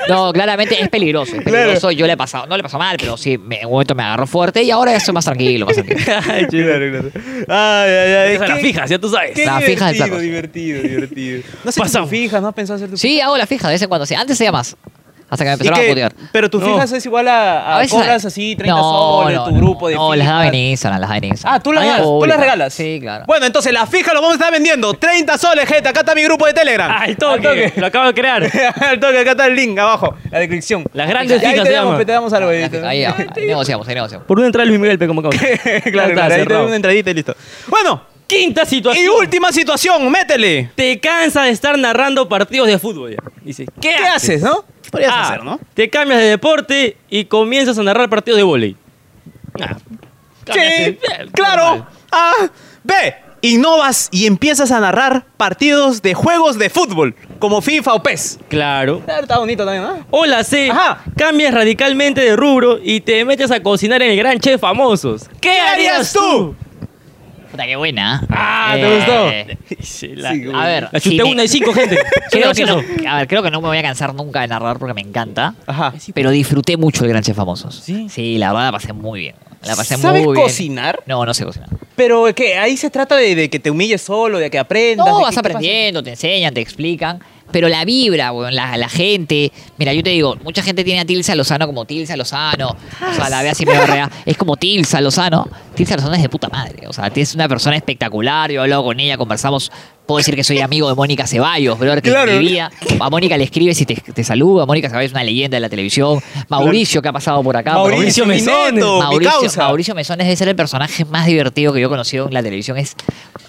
C: No, claramente es peligroso. Es peligroso. Yo le he pasado, no le pasó mal, pero sí, me, en un momento me agarró fuerte y ahora ya estoy más tranquilo, más tranquilo.
B: Ay, claro, claro. Ay, ay, ay.
A: Esas
B: qué-
A: las fijas, ya tú sabes.
B: Qué
C: La fija del
B: divertido,
C: perro.
B: divertido, divertido. No sé
A: Pasamos.
B: tus fijas, no has pensado hacer tu
C: Sí, hago la fija de vez en cuando. Sí, antes hacía más. Hasta que me
B: ¿Y
C: empezaron a
B: qué?
C: putear.
B: Pero tus
A: No.
B: fijas es igual a, a, cobras así 30 soles, tu grupo de
C: No, las
B: fijas.
C: daba en Instagram, las daba en Instagram.
B: Ah, tú las,
C: Ay,
B: das, tú
C: pública.
B: las regalas.
C: Sí, claro.
B: Bueno, entonces las fijas lo vamos a estar vendiendo. 30 soles, gente. Acá está mi grupo de Telegram.
A: Ah, Al toque, lo acabo de crear.
B: Al toque, acá está el link abajo, la descripción.
A: Las grandes
B: Y ahí
A: fijas
B: te
A: se
B: damos,
A: llaman.
B: te damos algo.
C: Las
B: ahí
C: fijas, ahí, ahí, ahí negociamos, ahí negociamos.
A: Por una entrada Luis Miguel, pe, como acabo.
B: claro, claro, ahí te damos una entradita y listo. Bueno,
A: Quinta situación.
B: y última situación, métele.
A: Te cansa de estar narrando partidos de fútbol ya. Dice, ¿qué,
B: ¿Qué haces, no? Podrías
A: Ah,
B: hacer, ¿no?
A: Te cambias de deporte y comienzas a narrar partidos de vóley. Ah, cámbiate.
B: Sí,
A: Eh,
B: claro.
A: normal.
B: A, B. Innovas y empiezas a narrar partidos de juegos de fútbol, como FIFA o PES.
A: Claro.
B: Claro, está bonito también, ¿no?
A: Hola C,
B: Ajá.
A: cambias radicalmente de rubro y te metes a cocinar en el Gran Chef Famosos.
B: ¿Qué harías tú?
C: Puta, qué buena.
B: Ah, ¿te
C: Eh,
A: Sí, la-
B: Sí,
C: A ver.
A: la
C: si
A: chuté
C: me-
A: una y cinco, gente.
C: Creo que
A: Gracioso.
C: no- a ver, creo que no me voy a cansar nunca de narrar porque me encanta.
B: Ajá.
C: Pero disfruté mucho el Gran Chef Famosos.
A: ¿Sí?
C: Sí, la verdad la pasé muy bien. La pasé
B: ¿Sabes
C: muy bien.
B: cocinar?
C: No, no sé cocinar.
B: Pero que ahí se trata de, de que te humilles solo, de que aprendas.
C: No,
B: de
C: vas
B: que- ¿qué pasa?
C: aprendiendo, te enseñan, te explican. Pero la vibra, weón, la, la gente. Mira, yo te digo, mucha gente tiene a Tilsa Lozano como Tilsa Lozano. O sea, la ve así medio rea. Es como Tilsa Lozano. Tilsa Lozano es de puta madre. O sea, es una persona espectacular. Yo he hablado con ella, conversamos. Puedo decir que soy amigo de Mónica Ceballos, brother, que
B: Claro.
C: en mi vida. A Mónica le escribes y te, te saluda. Mónica Ceballos es una leyenda de la televisión. Mauricio, que ha pasado por acá.
A: Mauricio
B: mi
A: Mesones.
B: neto, mi
C: Ah, Mauricio,
B: causa.
C: Mauricio Mesones debe ser el personaje más divertido que yo he conocido en la televisión. Es,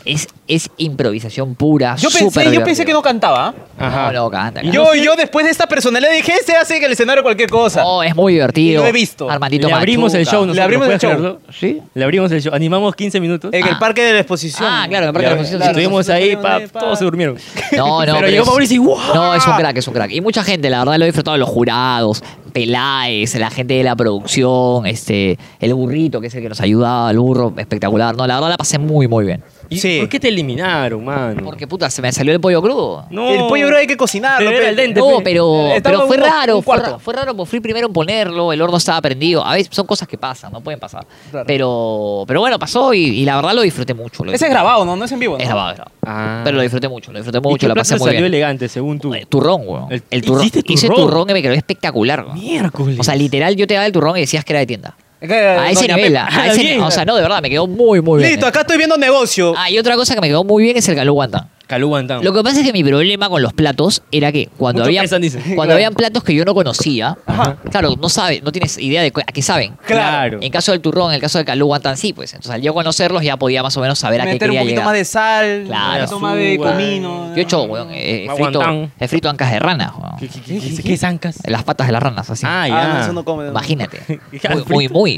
C: es, es improvisación pura.
B: Yo pensé, yo
C: superdivertido.
B: pensé que no cantaba.
C: No, no, canta, canta.
B: Yo, yo después de esta personalidad dije, se hace que el escenario cualquier cosa.
C: No, es muy divertido.
B: Lo he visto.
C: Armandito
A: Le abrimos el
C: Machuca.
A: show, nosotros,
B: abrimos el
A: ¿puedes
B: show.
A: creerlo?
C: Sí.
A: Le abrimos el show. Animamos 15 minutos.
B: En el
C: Ah.
B: parque de la exposición.
C: Ah, claro, en el parque de la exposición, sí.
A: Estuvimos ahí, pa, todos se durmieron.
C: No, no.
A: Pero llegó
C: es-
A: Mauricio y ¡guau!
C: No, es un crack, es un crack. Y mucha gente, la verdad, lo he disfrutado. Los jurados, Peláez, la gente de la producción, este, el burrito, que es el que nos ayudaba, el burro, espectacular. No, la verdad la pasé muy, muy bien.
A: ¿Y
B: Sí.
A: ¿Por qué te eliminaron, mano?
C: Porque, puta, se me salió el pollo crudo.
A: No.
B: El pollo creo hay que cocinarlo.
A: Pero era
B: pe.
A: al dente.
C: No,
A: Depende.
C: pero,
B: Eh, Estaba
C: pero fue
B: un-
C: raro.
B: un
C: Fue,
B: cuarto.
C: ra- fue raro porque fui primero en ponerlo, el horno estaba prendido. A veces son cosas que pasan, no pueden pasar. Pero, pero bueno, pasó y, y la verdad lo disfruté mucho. lo
B: Ese es
C: disfruté.
B: grabado, ¿no? No es en vivo, ¿no?
C: Es grabado, es grabado.
A: Ah.
C: Pero lo disfruté mucho, lo disfruté
A: ¿Y
C: mucho,
A: qué
C: la
A: plato
C: pasé muy
A: salió
C: bien.
A: elegante, según tú?
C: Eh, turrón, weón.
A: El-
C: El turrón.
A: ¿hiciste
C: Hice
A: turrón?
C: turrón que me quedó espectacular. weón.
A: Miércoles.
C: O sea, literal, yo te daba el turrón y decías que era de tienda.
B: Es que,
C: A Ah, ese
B: Doña
C: nivel,
B: Pepa.
C: a ese
A: bien.
C: ni- O sea, no, de verdad, me quedó muy, muy bien.
B: Listo, acá estoy viendo negocio.
C: Ah, y otra cosa que me quedó muy bien es el calú guantán.
A: Calú Guantán.
C: Lo que pasa es que mi problema con los platos era que cuando
A: Mucho
C: había
A: pesan, dice.
C: cuando
A: Claro.
C: habían platos que yo no conocía,
B: Ajá.
C: claro, no sabes, no tienes idea de cu- a qué saben.
A: Claro.
C: En caso del turrón, en el caso del calú guantán, sí, pues. Entonces, al yo conocerlos ya podía más o menos saber a qué
B: Meter un
C: quería
B: poquito
C: llegar.
B: más de sal, un
C: Claro.
B: poquito más de
A: Azúcar.
B: comino. Ah,
C: Yo he hecho, weón, eh,
A: Más
C: frito,
A: guantán.
C: he frito ancas de rana, weón.
A: ¿Qué, qué, qué, qué- qué zancas?
C: Las patas de las ranas, así.
A: Ah,
B: Ah,
A: ya.
B: no, eso no come.
C: Imagínate.
A: Ya,
C: Muy, muy,
A: frito.
C: muy.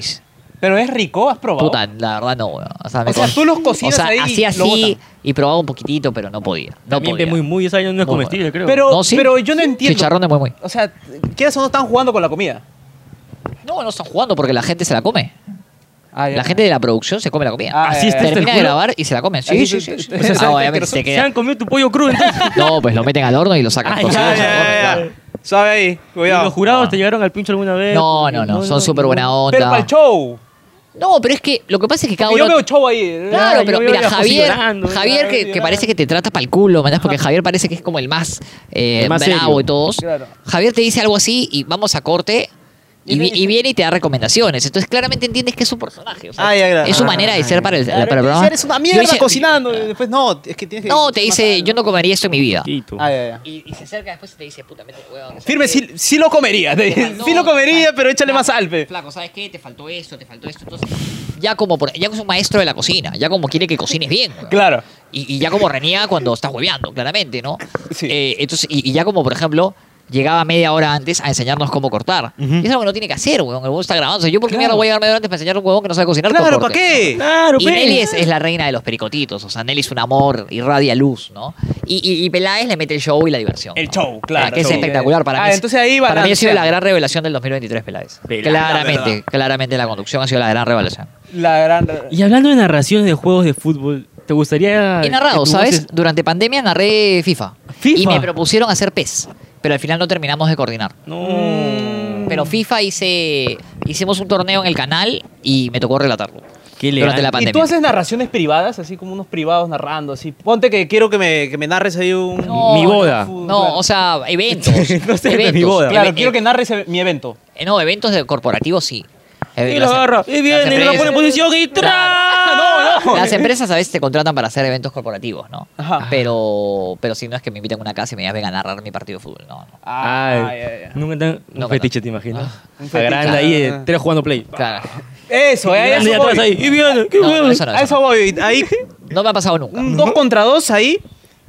B: Pero es rico, has probado.
C: Puta, la verdad no, weón. O sea, me
B: O sea,
C: comí-
B: tú los cocinas
C: o sea,
B: ahí y
C: hacía
B: lo
C: así y probaba un poquitito, pero no podía. No
A: También
C: podía.
A: de muy muy, esa no es
C: bueno.
A: comestible, creo.
B: Pero,
C: No, sí.
B: pero yo no entiendo.
C: Chicharrón de muy, muy.
B: O sea, ¿qué o no están jugando con la comida?
C: No, no están jugando porque la gente se la come.
B: Ah, ya.
C: La gente de la producción se come la comida.
B: Ah,
A: Así
B: ya,
A: está
B: ya.
A: este
C: eh, Termina de
A: culo.
C: grabar y se la comen. Sí,
B: Así
C: sí,
B: es,
C: sí.
B: es,
C: sí.
B: es, es,
C: Ah,
B: es,
C: obviamente
B: es,
C: se
A: Se
C: queda.
A: han comido tu pollo crudo entonces.
C: No, pues lo meten al horno y lo sacan.
A: Ah,
C: cocido,
A: ya,
B: Ya,
C: se lo
B: ya,
C: comen,
B: ya,
C: claro.
B: ya. Suave ahí,
A: ¿Y
B: cuidado.
A: los jurados te llegaron al pincho alguna vez?
C: No,
A: Porque
C: no, no. Son súper
A: no.
C: buena
B: Pero para el
C: onda.
B: show.
C: No, pero es que lo que pasa es que cada
B: Yo
C: uno.
B: veo show ahí.
C: Claro,
A: Ay,
C: pero
A: yo veo
C: mira,
A: a la Josi
C: Javier,
A: llorando,
C: Javier que,
B: llorando,
C: que
B: llorando.
C: parece que te trata pa'l culo, ¿me entiendes? Porque Javier parece que es como el más, eh,
A: El más
C: bravo
A: serio.
C: de todos.
B: Claro.
C: Javier te dice algo así y vamos a corte y,
B: Y
C: vi-
B: me-
C: y viene y te da recomendaciones. Entonces claramente entiendes que es su personaje. o sea,
B: Ah, ya, claro.
C: es su
B: Ah,
C: manera de ser para el,
B: Claro,
C: para el
B: te
C: programa.
B: dice, Eres una
C: Yo
B: mierda
C: hice- Ah.
B: cocinando. y Después no, es que tienes que.
C: No, te dice, yo no comería esto en mi vida.
A: Tito.
B: Ah, ya, ya.
C: Y, y se acerca después y te dice, puta, mete huevón. ¿sabes
B: Firme,
C: qué?
B: sí, sí lo comería. te dice,
C: faltó,
B: sí lo comería,
C: flaco,
B: pero échale
C: flaco,
B: más alpe.
C: Flaco, ¿sabes qué? Te faltó esto, te faltó esto. Entonces, ya como, por, ya como es un maestro de la cocina, ya como quiere que cocines bien. huevón.
B: Claro.
C: Y, y ya como reniega cuando estás hueveando, claramente, ¿no?
B: Sí.
C: Eh, entonces, y, y ya como, por ejemplo, llegaba media hora antes a enseñarnos cómo cortar. Y es algo que no tiene que hacer, weón. El huevón está grabando. O sea, yo, ¿por qué mierda voy a llegar media hora antes para enseñar a un huevón que no sabe cocinar? Pues
B: Claro,
C: cómo
B: ¿para
C: corte?
B: qué?
A: Claro, pues.
C: Y
A: pe.
C: Nelly es, es la reina de los pericotitos, o sea, Nelly es un amor, irradia luz, ¿no? Y, y, y Peláez le mete el show y la diversión.
B: El
C: ¿no?
B: show, claro,
C: O sea, que
B: el
C: es
B: show.
C: espectacular para
B: Ah,
C: mí. es-
B: entonces ahí
C: para mí ha sido
B: balancea.
C: la gran revelación del 2023, Peláez.
A: Peláez,
C: claramente,
B: ¿verdad?
C: claramente la conducción ha sido la gran revelación.
B: La gran.
A: Y hablando de narraciones de juegos de fútbol, ¿te gustaría.
C: He narrado,
A: que tu
C: ¿sabes?
A: voz
C: Durante pandemia narré FIFA.
A: FIFA.
C: Y me propusieron hacer PES, pero al final no terminamos de coordinar.
A: es-
B: Mm.
A: No.
C: Pero FIFA hice, hicimos un torneo en el canal y me tocó relatarlo.
A: Qué
C: durante la
A: elegante.
C: pandemia.
B: ¿Y tú haces narraciones privadas, así como unos privados narrando, así? Ponte que quiero que me, que me narres ahí un...
C: No,
A: Mi boda.
B: un-
C: No, o sea, eventos.
A: No sé, de mi
C: eventos.
A: boda.
B: Claro,
C: Even-
B: quiero
C: eh,
B: que narres e- mi evento.
C: Eh, No, eventos de corporativos sí. Eh,
A: Y lo
C: las-
A: agarra.
C: las
A: Y viene, y lo
C: empresas-
A: pone en posición y ¡tra!
B: Ah, no, no.
C: Las empresas a veces te contratan para hacer eventos corporativos, ¿no?
B: Ajá.
C: Pero, pero si no es que me invitan a una casa y me digan, venga a narrar mi partido de fútbol. No, no.
A: Ay,
B: Ah, ya, ya.
A: nunca tan.
C: No,
A: un fetiche, ¿te imaginas?
B: Un fetiche.
A: Agranda ahí, eh,
B: Ah.
A: tres jugando play.
C: Claro.
B: Eso,
A: Y
B: eh, a
A: grande
B: eso
A: atrás
B: voy.
A: ahí. Y viene, qué
C: No,
A: huevo.
C: eso no,
B: A eso
C: no.
B: voy. Ahí,
C: No me ha pasado nunca.
B: un dos contra dos ahí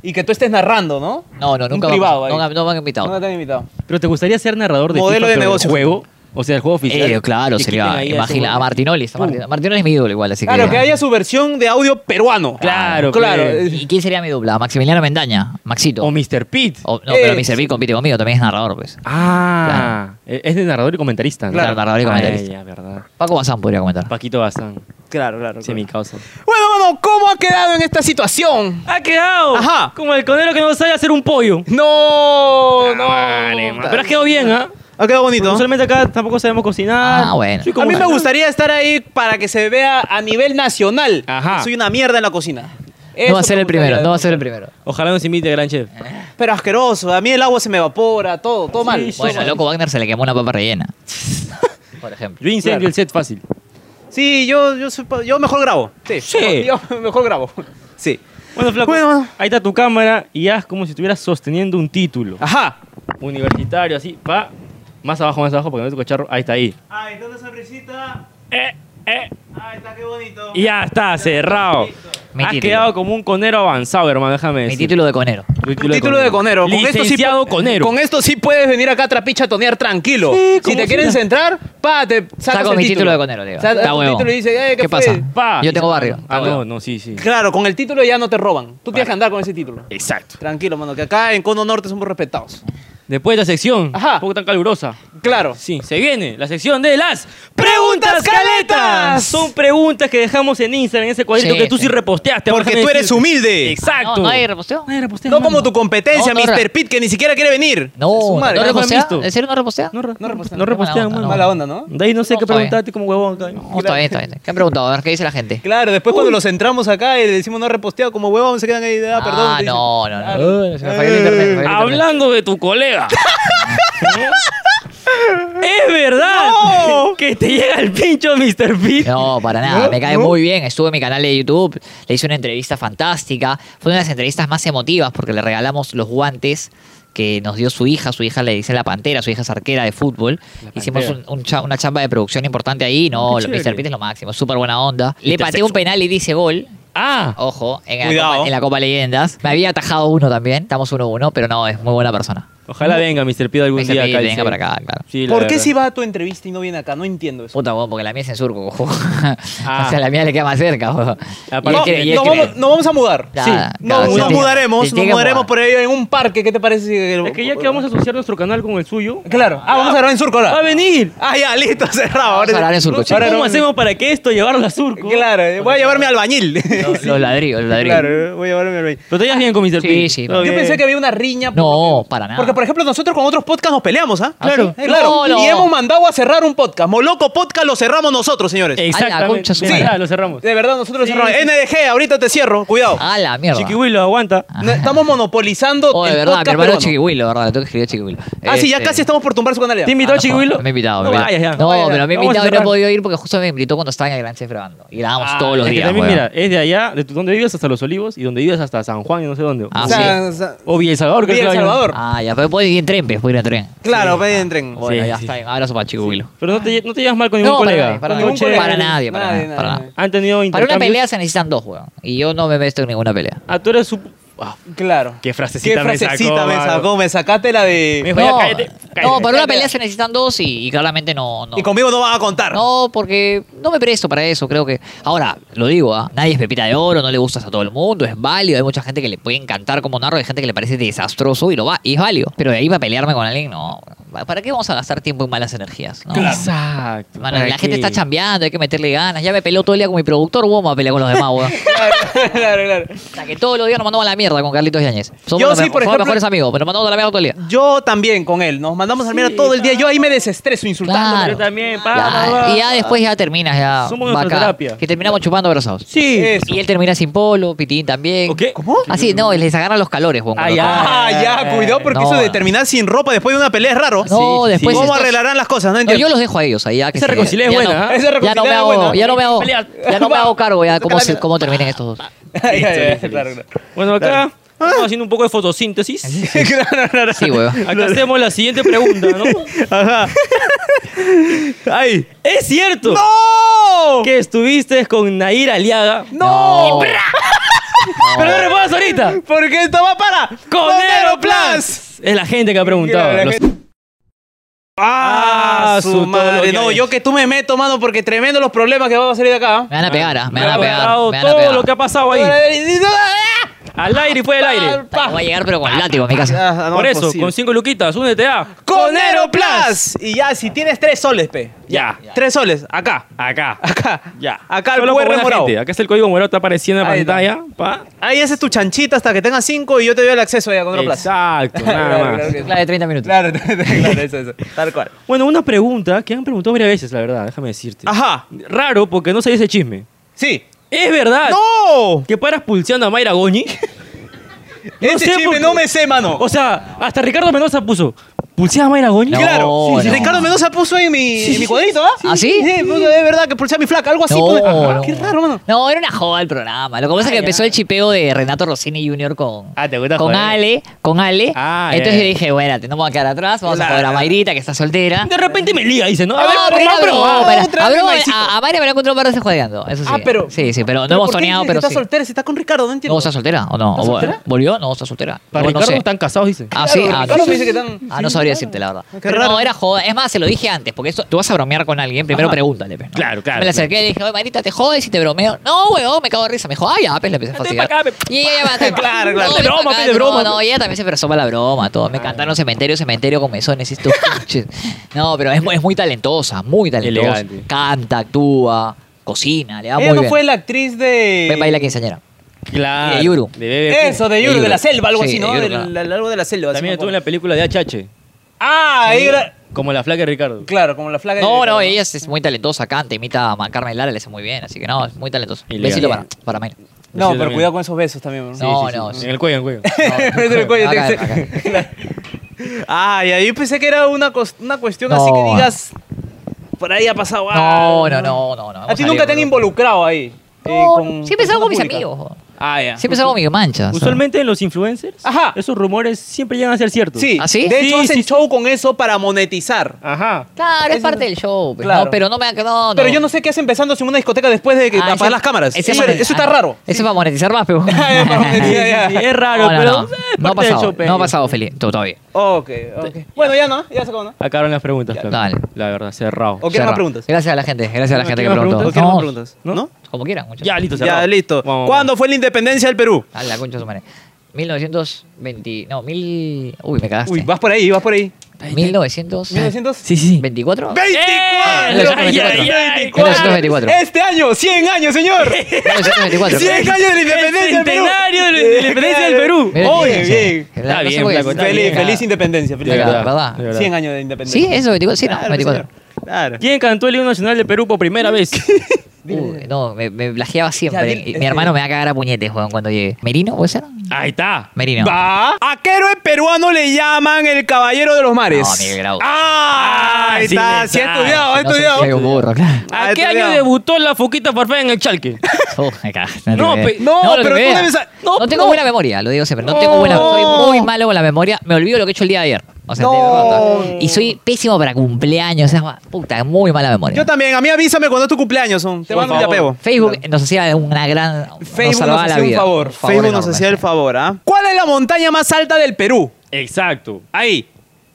B: y que tú estés narrando, ¿no?
C: No, no, nunca
B: Un
C: me ha pasado.
B: privado ahí.
C: No, no me han
B: No,
C: invitado.
B: te han invitado.
A: Pero te gustaría ser narrador de
B: Modelo
A: FIFA,
B: de
A: pero del
B: negocio.
A: juego. O sea, el juego oficial.
C: Eh, claro,
A: Que quiten
C: sería.
A: ahí a
C: Imagina,
A: su-
C: a Martinoli. está Martin- Martinoli es mi ídolo igual, así que.
B: Claro, que haya su versión de audio peruano.
A: Claro,
B: claro.
A: pe.
B: eh,
C: ¿Y quién sería mi dupla? Maximiliano Mendaña, Maxito.
A: O Mr. Pete.
C: O- no, pero
B: Eh,
C: mi servir compite conmigo, también es narrador, pues.
A: Ah, eh, es de narrador y comentarista. ¿no?
C: Claro, narrador y
A: Ah,
C: comentarista.
A: ya, verdad.
C: Paco Bazán podría comentar.
A: Paquito Bazán.
B: Claro, claro.
A: Sí, mi
B: claro.
A: causa.
B: Bueno, bueno, ¿cómo ha quedado en esta situación?
A: ¡Ha quedado!
B: Ajá.
A: Como el conero que no sabe hacer un pollo.
B: No, no.
A: Pero ha quedado bien, ¿ah?
B: Ha quedado bonito.
A: Usualmente acá tampoco sabemos cocinar.
C: Ah, bueno.
A: Soy como
B: A mí me
A: Fernando.
B: gustaría estar ahí para que se vea a nivel nacional.
A: Ajá.
B: Soy una mierda en la cocina.
C: No
B: Eso
C: va a ser
B: me
C: el primero,
B: gustaría
C: no va a ser el primero.
A: Ojalá nos invite Gran Chef.
B: Pero asqueroso, a mí el agua se me evapora, todo, todo mal.
C: Bueno, al loco Wagner se le quemó una papa rellena. Por ejemplo.
A: Yo incendio el set fácil.
B: Sí, yo, yo, soy pa- yo mejor grabo. Sí,
A: Sí.
B: Yo mejor grabo. Sí.
A: Bueno, flaco,
B: Bueno.
A: ahí está tu cámara y haz como si estuvieras sosteniendo un título.
B: Ajá.
A: Universitario, así, pa. Más abajo, más abajo, porque no tu cacharro. Ahí está, ahí.
B: Ahí está la sonrisita.
A: Eh, eh,
B: Ahí está, qué bonito.
A: y ya está, cerrado.
C: Mi
A: Has
C: título.
A: quedado como un conero avanzado, hermano, déjame
C: Mi
A: decir.
C: título de conero.
A: Tu
B: Un título de conero. Con esto, sí,
A: Licenciado
B: pu-
A: conero.
B: con e- esto sí puedes venir acá a trapicha a tonear tranquilo.
A: Sí,
B: si
A: como
B: te
A: si
B: quieren
A: la-
B: centrar, pa, te sacas
C: Saco
B: el
C: mi título, de conero, digo.
B: Sacas
C: Está
B: tu
C: huevón.
B: título y dices, "Eh, ¿qué fue?"
C: pasa?
A: Pa.
C: Yo tengo barrio.
A: Ah, no, no, sí, sí.
B: Claro, con el título ya no te roban. Tú tienes que andar con ese título.
A: Exacto.
B: Tranquilo, mano, que acá en Cono Norte somos respetados.
A: Después de la sección,
B: Ajá.
A: un poco tan calurosa.
B: Claro.
A: Sí, se viene la sección de las preguntas caletas.
B: caletas.
A: Son preguntas que dejamos en Instagram, en ese cuadrito
C: Sí,
A: que tú
C: sí.
A: sí reposteaste.
B: Porque
A: déjame
B: tú eres
A: decirte.
B: humilde.
A: Exacto.
C: No, no hay reposteo.
A: No hay reposteo,
B: No como
A: hermano.
B: tu competencia,
C: No, no,
B: Mr. Pitt, que ni siquiera quiere venir. Su
C: No,
B: madre,
C: ¿no
A: ya lo han
C: repostea?
A: visto.
C: ¿En serio no repostea?
A: No, re-
B: No repostean.
A: no repostean,
C: Mala onda,
A: mano.
B: Mala onda, ¿no?
A: De ahí no sé
C: No,
A: qué
C: está bien.
A: preguntarte como huevón. acá.
C: No, Oh, está bien, está bien. ¿Qué han preguntado? A ver, ¿qué dice la gente?
B: Claro, después cuando los entramos acá y le decimos no reposteado, como huevón se quedan ahí, ah, perdón.
C: ah,
B: te dicen.
C: no, no, no. Uy, se me falló el internet. me falló el internet.
A: Hablando de tu colega. es verdad
B: No.
A: que te llega el pincho Mr. Pete.
C: No, para nada. Me cae muy bien. Estuve en mi canal de YouTube. Le hice una entrevista fantástica. Fue una de las entrevistas más emotivas porque le regalamos los guantes que nos dio su hija. Su hija le dice la pantera. Su hija es arquera de fútbol. Hicimos un- un cha- una chamba de producción importante ahí. No,
A: Qué
C: lo- Mr.
A: chévere.
C: Pitt es lo máximo. Súper buena onda. Le pateé
A: Intersexo.
C: un penal y dice gol.
A: Ah,
C: Ojo, en la,
B: Cuidado.
C: Copa, en la Copa Leyendas. Me había atajado uno también. Estamos 1-1, pero no, es muy buena persona.
A: ojalá venga Mr. Pete algún
C: Mr.
A: día
C: Pitt,
A: acá. al
C: venga
A: set.
C: para acá, claro.
A: Sí, la
B: ¿Por qué
A: verdad.
B: si va a tu entrevista y no viene acá? No entiendo eso.
C: Puta, huevón, porque la mía es en surco. Ah, cojo.
A: Ah.
C: O sea, la mía le queda más cerca. huevón.
A: Aparte-
C: Y él
B: No,
C: quiere- y él
B: nos,
C: quiere-
B: vamos, nos vamos a mudar.
C: Ya,
A: Sí.
C: ya,
B: No,
C: sí,
B: nos
C: sí.
B: mudaremos,
C: Sí,
B: nos
C: sí,
B: mudaremos
C: que
B: por ello en un parque. ¿Qué te parece? si-
A: Es que ya que vamos a asociar nuestro canal con el suyo,
B: Claro. Ah, vamos a grabar en Surco
A: va a
B: ahora.
A: venir.
B: Ah, ya, listo, cerrado.
C: Vamos a grabar en Surco,
A: No sé
C: Ahora
A: ¿Cómo
B: no-
A: hacemos para que esto llevarlo a surco?
B: Claro, eh, voy a llevarme al albañil.
C: Los, los ladrillos, los ladrillos.
B: Claro, eh, voy a llevarme al albañil.
A: Pero te llevas bien con Mr.
C: Sí,
A: Pete.
C: sí.
A: Todo
B: Yo
A: bien.
B: pensé que había una riña.
C: No, para nada.
B: Porque, por ejemplo, nosotros con otros podcasts nos peleamos, ¿ah?
C: ¿Ah, Claro. sí?
B: Eh, claro.
C: No, no.
B: Y hemos mandado a cerrar un podcast. Moloco Podcast lo cerramos nosotros, señores.
C: A la
A: Exactamente.
C: concha su
A: Sí,
C: madre.
A: ya, lo cerramos.
B: De verdad, nosotros
A: Sí,
B: lo cerramos.
A: sí.
B: NDG, ahorita te cierro, cuidado.
C: A la mierda.
A: Chiquihuilo, aguanta.
B: No, Estamos monopolizando
C: Oh, de
B: el
C: verdad, mi
B: podcast
C: hermano
B: peruano.
C: Chiquihuilo, de verdad, le tengo que escribir Chiquihuilo.
B: Ah, sí, ya
C: Este-
B: casi estamos por tumbar su canal. ya.
A: ¿Te invitó
C: Ah, no,
A: Chiquihuilo?
C: Me he invitado,
A: No
C: me he
A: vayas ya.
C: invitado. No,
A: vayas ya.
C: pero me he
A: Vamos a
C: invitado y no he
A: cerrar.
C: podido ir porque justo me invitó cuando estaba en el Gran Chef grabando. Y grabábamos
A: Ah,
C: todos los
A: es que
C: días.
A: También,
C: huevón.
A: mira, es de allá, de tu- donde vives hasta Los Olivos y donde vives hasta San Juan y no sé dónde.
C: Ah,
B: O
A: O-
B: sea, o sea,
A: O Villa El Salvador, creo
B: Villa
A: que
B: El
A: lo llaman.
B: Salvador.
C: Ah, ya, pero puedo ir en tren, pues, puedo ir en tren.
B: Claro, ven, entren.
C: Bueno,
A: Sí,
C: ya
A: sí.
C: está bien. Abrazo para Chiquihuilo.
A: Pero no te, lle- no te llevas mal con ningún
C: No, para,
A: colega.
C: nadie, para,
A: Con
C: nadie,
A: ningún colega.
C: para nadie, para
B: Nadie,
C: nadie, para
B: nadie.
C: nada.
A: Han tenido
C: Para una
A: intercambios.
C: pelea se necesitan dos, weón. Y yo no me meto en ninguna pelea.
A: Ah, tú eres su... Ah,
B: Claro.
A: Qué frasecita me sacó,
B: me
A: mano.
B: sacó, me sacaste la
A: Me
B: de...
A: dijo, ya,
C: no,
A: cállate, cállate.
C: no, para una
B: cállate.
C: pelea se necesitan dos y, y claramente no, no.
B: Y conmigo no vas a contar.
C: No, porque no me presto para eso, creo que. Ahora, lo digo, ¿ah? nadie es pepita de oro, no le gustas a todo el mundo, es válido. Hay mucha gente que le puede encantar como narro, hay gente que le parece desastroso y lo va, y es válido. Pero de ahí va a pelearme con alguien, no. ¿Para qué vamos a gastar tiempo en malas energías? No.
A: Exacto.
C: Mano,
A: ¿para
C: la gente
A: qué?
C: está chambeando, hay que meterle ganas. Ya me peleó todo el día con mi productor, vos me pelear con los demás, weón.
B: claro, claro.
C: O sea, que todos los días nos mandamos a la mierda con Carlitos Yáñez. Somos,
B: Yo
C: los,
B: sí,
C: me-
B: por
C: somos
B: ejemplo-
C: mejores amigos, pero nos mandamos a la mierda todo el día.
B: Yo también con él. Nos mandamos al mierda todo el día. Yo ahí me desestreso insultando.
C: Claro.
A: Yo
B: Ah,
A: también, pa,
C: Claro.
A: pa, pa.
C: Y ya después ya terminas, ya.
A: Somos
C: bacán.
A: neuroterapia.
C: Que terminamos chupando abrazados.
A: Sí.
B: Eso.
C: Y él termina sin polo, Pitín también.
A: ¿O qué? ¿Cómo?
C: Así, no, les agarran los calores, weón.
A: Ah, ya.
B: Ah, ya, cuidado porque
C: No.
B: eso de terminar sin ropa después de una pelea es raro.
C: No,
A: Sí, sí,
C: después.
A: sí.
B: ¿Cómo
C: estos-
B: arreglarán las cosas? No
C: No, yo
B: entiendo.
C: los dejo a ellos ahí. Ya que
A: Esa
C: se-
A: reconcilia es
C: ya
A: buena,
C: no-
A: ¿eh?
B: Esa
C: ya no me
B: reconciliada es
C: hago,
B: buena.
C: ya no me hago,
A: Pelear.
C: ya no me hago cargo ya de cómo, se-
B: Calamidad.
C: cómo terminan estos dos.
B: Ya, ya, ya,
A: Listo,
B: claro,
A: Bueno, acá estamos haciendo un poco de fotosíntesis.
B: claro. Claro, claro.
C: Sí, weón.
A: Acá hacemos la siguiente pregunta, ¿no?
B: Ajá. Ay.
A: ¿Es cierto
B: ¡No!
A: que estuviste con Nair Aliaga?
C: No.
A: Pero no respondas ahorita.
B: Porque esto va para
A: ¡Con Aeroplas! Es la gente que ha preguntado.
B: Claro, la
A: Los-
B: Ah,
A: todo
B: su
A: lo
B: madre.
A: que
B: No,
A: hay.
B: yo que tú me meto, mano, porque tremendo los problemas que vamos a salir de acá.
C: Me van a pegar, ah,
A: Me
C: me van a
A: ha
C: pegar.
A: contado
C: Me van a
A: todo lo que
C: pegar.
A: ha pasado ahí.
B: eh,
A: Al aire y fue del aire.
C: Puta, Voy a llegar, pero con el látigo a mi casa.
B: Ah, no
A: Por
B: es
A: eso,
B: posible.
A: con cinco luquitas, únete a.
B: con Aeroplas. Y ya, si tienes tres soles, pe.
A: Ya.
B: Tres soles, acá.
A: Acá.
B: Acá.
A: Ya.
B: Acá el
A: Solo con
B: QR
A: buena
B: morado.
A: gente. Acá está el código morado, está apareciendo en la
B: Ahí está.
A: pantalla. Pa.
B: Ahí haces tu chanchita hasta que tengas cinco y yo te doy el acceso ahí a Aeroplas.
A: Exacto, nada más.
C: La de 30 minutos.
B: Claro, claro, eso, eso. Tal cual.
A: Bueno, una
C: Ah.
A: pregunta que han preguntado varias veces, la verdad, déjame decirte.
B: Ajá.
A: Raro porque no sabía ese chisme.
B: Sí.
A: Es verdad.
B: Ah. ¡No!
A: Que paras pulseando a Mayra Goñi.
B: Ese
A: sé
B: chisme
A: por qué.
B: no me sé, mano.
A: O sea, hasta Ricardo Mendoza puso. ¿Pulsea a Mayra Goñi?
C: No,
B: claro.
C: no.
B: Ricardo Mendoza puso ahí mi, mi cuadrito, ¿ah?
C: ¿Ah, sí?
B: puso, es verdad que pulsé a mi flaca,
A: Ah,
B: algo así.
C: No,
B: puso. Ajá,
C: no.
B: Qué raro, mano.
C: No, era una joda el programa. Lo que pasa es que empezó el chipeo de Renato Rossini Jr. con,
A: Ah, ¿te gusta
C: con
A: joder?
C: Ale. Con Ale.
A: Ah,
C: Entonces
A: ya,
C: yo
A: ya.
C: dije, bueno, no me voy a quedar atrás, vamos a
B: Claro.
C: joder a Mayrita, que está soltera.
A: De repente me liga, dice, ¿no? A
C: No,
A: ver,
C: pero
A: no,
C: era
A: pero-
C: broma,
B: ah,
C: era-
B: otra
C: a
B: vez
C: broma,
B: me hiciste.
C: a, a Mayra me la encontré un par de veces jodiendo, eso sí.
B: Ah, pero.
C: Sí, sí, pero no
B: ¿por
C: hemos
B: qué dices
C: soñado,
B: que
C: pero
B: está
C: sí.
B: soltera, si está con Ricardo, no entiendo.
C: No, está soltera, ¿o no?
B: ¿Está
C: ¿O vol-
B: soltera?
C: ¿Volvió? No, está soltera.
A: Para
C: O no
A: Ricardo
C: sé.
A: están casados, dice.
C: Ah, sí,
B: Claro,
C: ah,
B: Ricardo
C: no,
B: me dice que tan-
C: Ah, no sabría decirte la verdad. Pero
B: raro.
C: No, era joda. Es más, se lo dije antes, porque eso, tú vas a bromear con alguien, primero pregúntale. pues, ¿no?
A: Claro, claro,
C: Me la acerqué y le dije, oye, Marita, ¿te jodes si te bromeo? No, weón, me cago de risa. Me dijo, ah, ya, pues, le empecé a
A: Vente
C: fastidiar.
A: pa' acá, pe-
C: Y ella ya va
B: Claro, claro.
A: De
B: pues,
A: broma, pe, de broma,
C: No,
A: pe.
C: ella también se presó para la broma, todo.
B: Ah.
C: Me cantaron cementerio, cementerio con mesones y esto. Shit. No, pero es, mu- es muy talentosa, muy talentosa.
A: Elegante.
C: Canta, actúa, cocina, le da
B: Ella
C: muy
B: no
C: bien.
B: fue la actriz de.
C: Ven, baila quinceañera.
A: Claro.
C: de Yuru.
A: De BBQ.
B: Eso, de Yuru,
C: Yuru.
B: de la selva, algo
C: Sí,
B: así, ¿no?
C: de Yuru,
B: Del-
C: claro.
B: al- algo de la selva. así
A: También
B: me
A: estuvo en
B: acuerdo.
A: la película de HH.
B: Ah, ahí era-
A: Como la flaca de Ricardo.
B: Claro, como la flaca. de
C: No,
B: Ricardo,
C: no, ella es, es muy talentosa, canta, imita a Ma- Carmen Lara, le hace muy bien, así que no, es muy talentosa.
A: Y
C: Un
A: le
C: besito
A: gana.
C: para, para Mayra.
B: No,
A: Sí,
B: pero
A: también.
B: cuidado con esos besos también, ¿no?
C: No, no, sí.
A: En el cuello, en el cuello.
B: Métele el cuello,
C: Acá,
B: tiene que
C: acá.
B: ser- Ay, ay, yo pensé que era una, cos- una cuestión
C: No.
B: así que digas. Por ahí ha pasado
C: No,
B: algo.
C: no, no, no, no.
B: A ti nunca te han involucrado ahí. eh,
C: No,
B: con
C: siempre salgo con mis
B: personas públicas.
C: amigos. jo.
B: Ah, ya.
C: Siempre salgo con mis manchas.
A: Usualmente en los influencers,
B: Ajá.
A: esos rumores siempre llegan a ser ciertos.
B: Sí.
C: ¿Ah, sí?
B: De
A: Sí,
B: hecho, hacen
A: sí, sí.
B: show con eso para monetizar.
A: Ajá.
C: Claro, es
B: Eso-
C: parte del show. pues,
B: Claro.
C: No, pero no me ha quedado.
B: Pero yo no sé qué hacen besándose en una discoteca después de que
C: Ah,
B: apagar
C: ese-
B: las cámaras.
C: ese
B: Eso,
C: es
B: eso, está
C: para- ah,
B: raro.
C: Ese es para monetizar más, pero.
B: Ya, ya, para
C: No,
B: monetizar, ya.
A: Es raro,
C: no,
A: pero.
C: no.
A: eh,
C: No ha
A: parte del
C: pasado.
A: show, pe.
C: No ha pasado, Felipe. Todo todavía.
B: Ok, ok. Bueno, ya no, ya se acabó, ¿no?
A: Acabaron las preguntas, flaca.
C: dale.
A: La verdad, cerrado.
B: ¿O quieren más
C: Cerrado.
B: preguntas?
C: Gracias a la gente. Gracias a la
A: ¿No
C: gente que
A: quieren más
C: preguntó.
B: ¿O quieren más
C: No,
B: preguntas?
A: ¿No?
B: ¿No?
C: Como quieran, muchachos.
A: Ya, listo, cerrado.
B: Ya, listo.
A: Vamos, vamos.
B: ¿Cuándo fue la independencia del Perú?
C: A la concha de su madre. 1900. No, mil. Uy, me cagaste.
B: Uy, vas por ahí, vas por ahí.
C: 1900.
B: ¿1900?
A: Sí, sí.
C: 24.
A: ¡Eh! ¡Ay, ay, ay!
C: 1924.
B: Este año, 100 años, señor.
C: 1924.
B: 100 años de la independencia del Perú.
A: Centenario de la independencia del Perú.
C: Mira,
B: Oye,
C: sí,
B: bien.
C: sí.
A: Está
C: No sé
A: bien,
C: por qué-
A: flaco, está
B: Feliz,
A: bien.
B: feliz independencia, feliz
A: De
C: verdad,
A: verdad,
C: verdad.
A: de verdad.
B: 100 años de
C: Sí,
B: independencia.
C: eso, 24. Sí, no,
B: Claro,
C: 24.
B: señor. Claro.
A: ¿Quién cantó el himno nacional del Perú por primera vez?
C: Uy, no, me, me plagiaba siempre.
B: Ya, dile,
C: Y
B: este-
C: mi hermano me va a cagar a puñetes, weón, cuando llegue. ¿Merino puede ser?
A: Ahí está.
C: Merino.
B: Va. ¿A qué héroe peruano le llaman el caballero de los mares?
C: No, Miguel Grau.
B: Ah, ahí
A: Ah, sí,
B: está,
A: le
B: sí, he
A: sabe.
B: estudiado, he
C: no sé, soy
B: estudiado.
C: un burro, claro.
A: ¿A
B: Ah,
A: qué
B: está
A: año
B: bien.
A: debutó la foquita farfán en el Chalque?
C: Oh, me cagaste,
A: No,
C: tengo idea.
A: pe-
B: no,
C: lo
B: pero
C: tengo
B: tú
C: idea.
B: debes sa-
C: No,
B: no,
C: tengo
B: no.
C: buena memoria, lo digo siempre. No tengo buena Soy muy malo con la memoria. Me olvido lo que he hecho el día de ayer. O sea, de
B: No.
C: verdad. Y soy pésimo para cumpleaños. o sea, puta, muy mala memoria.
B: Yo también, a mí avísame cuando es tu cumpleaños, son. Te
A: Por
B: mando un
A: favor.
B: yapeo.
C: Facebook nos hacía una gran.
B: Facebook nos
C: salvaba la
B: hacía un
C: vida.
B: favor. Facebook nos
C: enorme,
B: hacía el
C: sí.
B: favor, ¿ah? ¿Cuál es la montaña más alta del Perú?
A: Exacto. Ahí.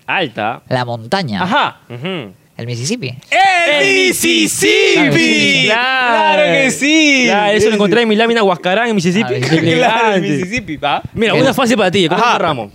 A: Alta.
C: La montaña.
B: Ajá.
A: Ujú.
C: El Mississippi.
B: ¡El Mississippi!
A: Claro.
B: ¡Claro que sí!
A: Claro, eso lo encontré en mi lámina Huascarán, en Mississippi.
C: Ah, Mississippi.
B: Claro, el
A: Elegante.
B: Mississippi, ¿va?
A: Mira,
C: Mira.
A: una fácil para ti, con
B: Eh, Ajá.
A: Ramos.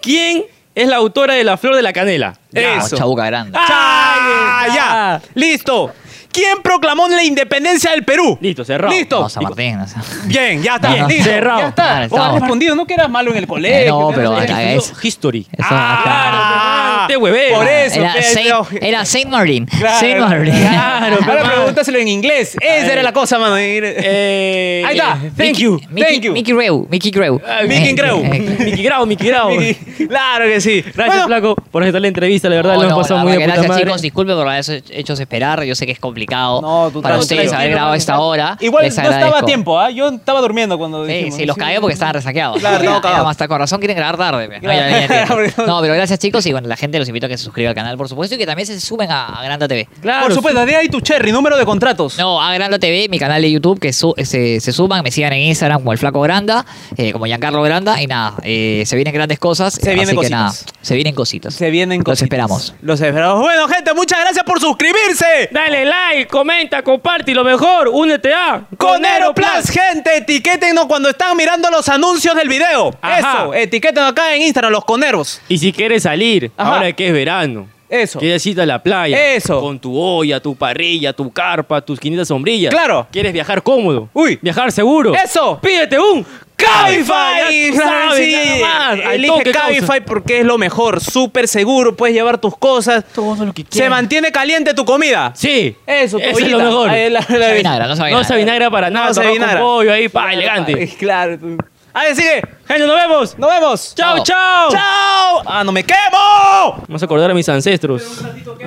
A: ¿Quién es la autora de La Flor de la Canela?
C: Ya,
B: Eso.
C: Chabuca grande.
B: ¡Ah,
A: Ahí
B: ya!
A: está.
B: ¡Listo! ¿Quién proclamó la independencia del Perú?
A: Listo, cerrado.
B: ¡Listo!
C: No, San Martín. o sea.
B: Bien, ya está.
C: Bien,
B: listo.
A: cerrado.
B: Ya está.
C: Claro,
B: O has
C: estamos.
B: respondido, no que eras malo en el colegio.
C: no,
B: que
C: pero
B: no sé
C: acá
B: qué.
C: es-
A: History.
C: Eso,
A: Ah,
B: acá.
A: te hueve.
B: Por eso,
C: Era
B: pe,
C: Saint,
B: yo-
C: era Saint Martin.
B: Claro,
C: Saint Martin.
B: Claro,
A: Claro,
B: ahora
A: papá.
B: pregúntaselo en inglés. Esa era la cosa, mano. Eh,
A: Eh,
B: Ahí está.
A: Thank you.
C: Mickey,
B: Thank you.
C: Mickey Greu. Mickey Greu.
A: Ah,
B: Mickey
C: Eh,
B: Greu.
C: eh, eh.
A: Miki Grau, Miki Grau. Gracias,
B: claro que sí. Bueno,
A: Flaco, por aceptar la entrevista. La verdad,
C: No,
A: lo hemos
C: Oh, no,
A: pasado
C: la
A: muy de
C: verdad,
A: puta
C: gracias
A: madre.
C: chicos, disculpen por haber hecho esperar, yo sé que es complicado
B: No, tú
C: para
B: tranquilo.
C: ustedes haber grabado a esta hora.
B: Igual
C: Les
B: no estaba
C: agradezco.
B: a tiempo, ¿ah? Yo estaba durmiendo cuando
C: Sí,
B: dijimos.
C: sí, los cagué porque estaban resaqueados.
B: Claro,
C: Era-
B: no,
C: era
B: cagado.
C: más, hasta con razón quieren grabar tarde. pe. No,
B: Claro.
C: ya, ya, ya, ya.
B: Porque-
C: No, pero gracias chicos y bueno, la gente los invito a que se suscriba al canal, por supuesto, y que también se sumen a, a Granda TV.
A: Claro,
B: Por supuesto, de ahí tu cherry, número de contratos.
C: No, a Granda TV, mi canal de YouTube, que su- se, se suman, me sigan en Instagram como el Flaco Granda, eh, como Giancarlo Granda, y nada, eh, se vienen grandes cosas,
B: Se vienen
C: así que
B: cositas.
C: nada, se vienen cositas.
B: Se vienen
C: Los
B: cositas.
C: esperamos.
B: Los esperamos. Bueno, gente, muchas gracias por suscribirse.
A: Dale like, comenta, comparte y lo mejor, únete a
B: Con Aeroplus, gente, etiquétenos cuando están mirando los anuncios del video.
A: Ajá.
B: Eso, etiquétenos acá en Instagram, los coneros.
A: Y si quieres salir,
B: Ajá.
A: ahora que es verano,
B: Eso.
A: quieres ir a la playa,
B: Eso.
A: con tu olla, tu parrilla, tu carpa, tus 500 sombrillas.
B: Claro.
A: Quieres viajar cómodo,
B: Uy.
A: viajar seguro.
B: Eso.
A: Pídete un
B: Cabify,
A: Cabify, Ah, ya tú sabes,
B: sí,
A: nada más, al
B: elige
A: toque, causa.
B: Cabify porque es lo mejor, súper seguro, puedes llevar tus cosas.
A: Todo lo que
B: Se
A: quieras.
B: mantiene caliente tu comida.
A: Sí.
B: Eso, tu
A: eso es lo
B: ollita.
A: mejor.
B: Ahí la- la-
C: No vinagra, no sabe
A: No
C: nada.
A: se vinagra para nada,
B: No se
A: arroz con
B: vinagra.
A: pollo ahí, pa, elegante.
B: Ay, Claro. tú. A ver, sigue.
A: Genio, nos vemos.
B: Nos vemos.
A: Chao,
C: No.
A: chao.
B: Chao. Ah, no me quemo.
A: Vamos a acordar a mis ancestros.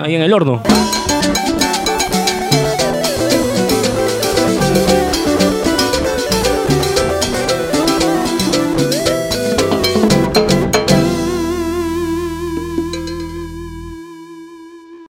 A: Ahí en el horno.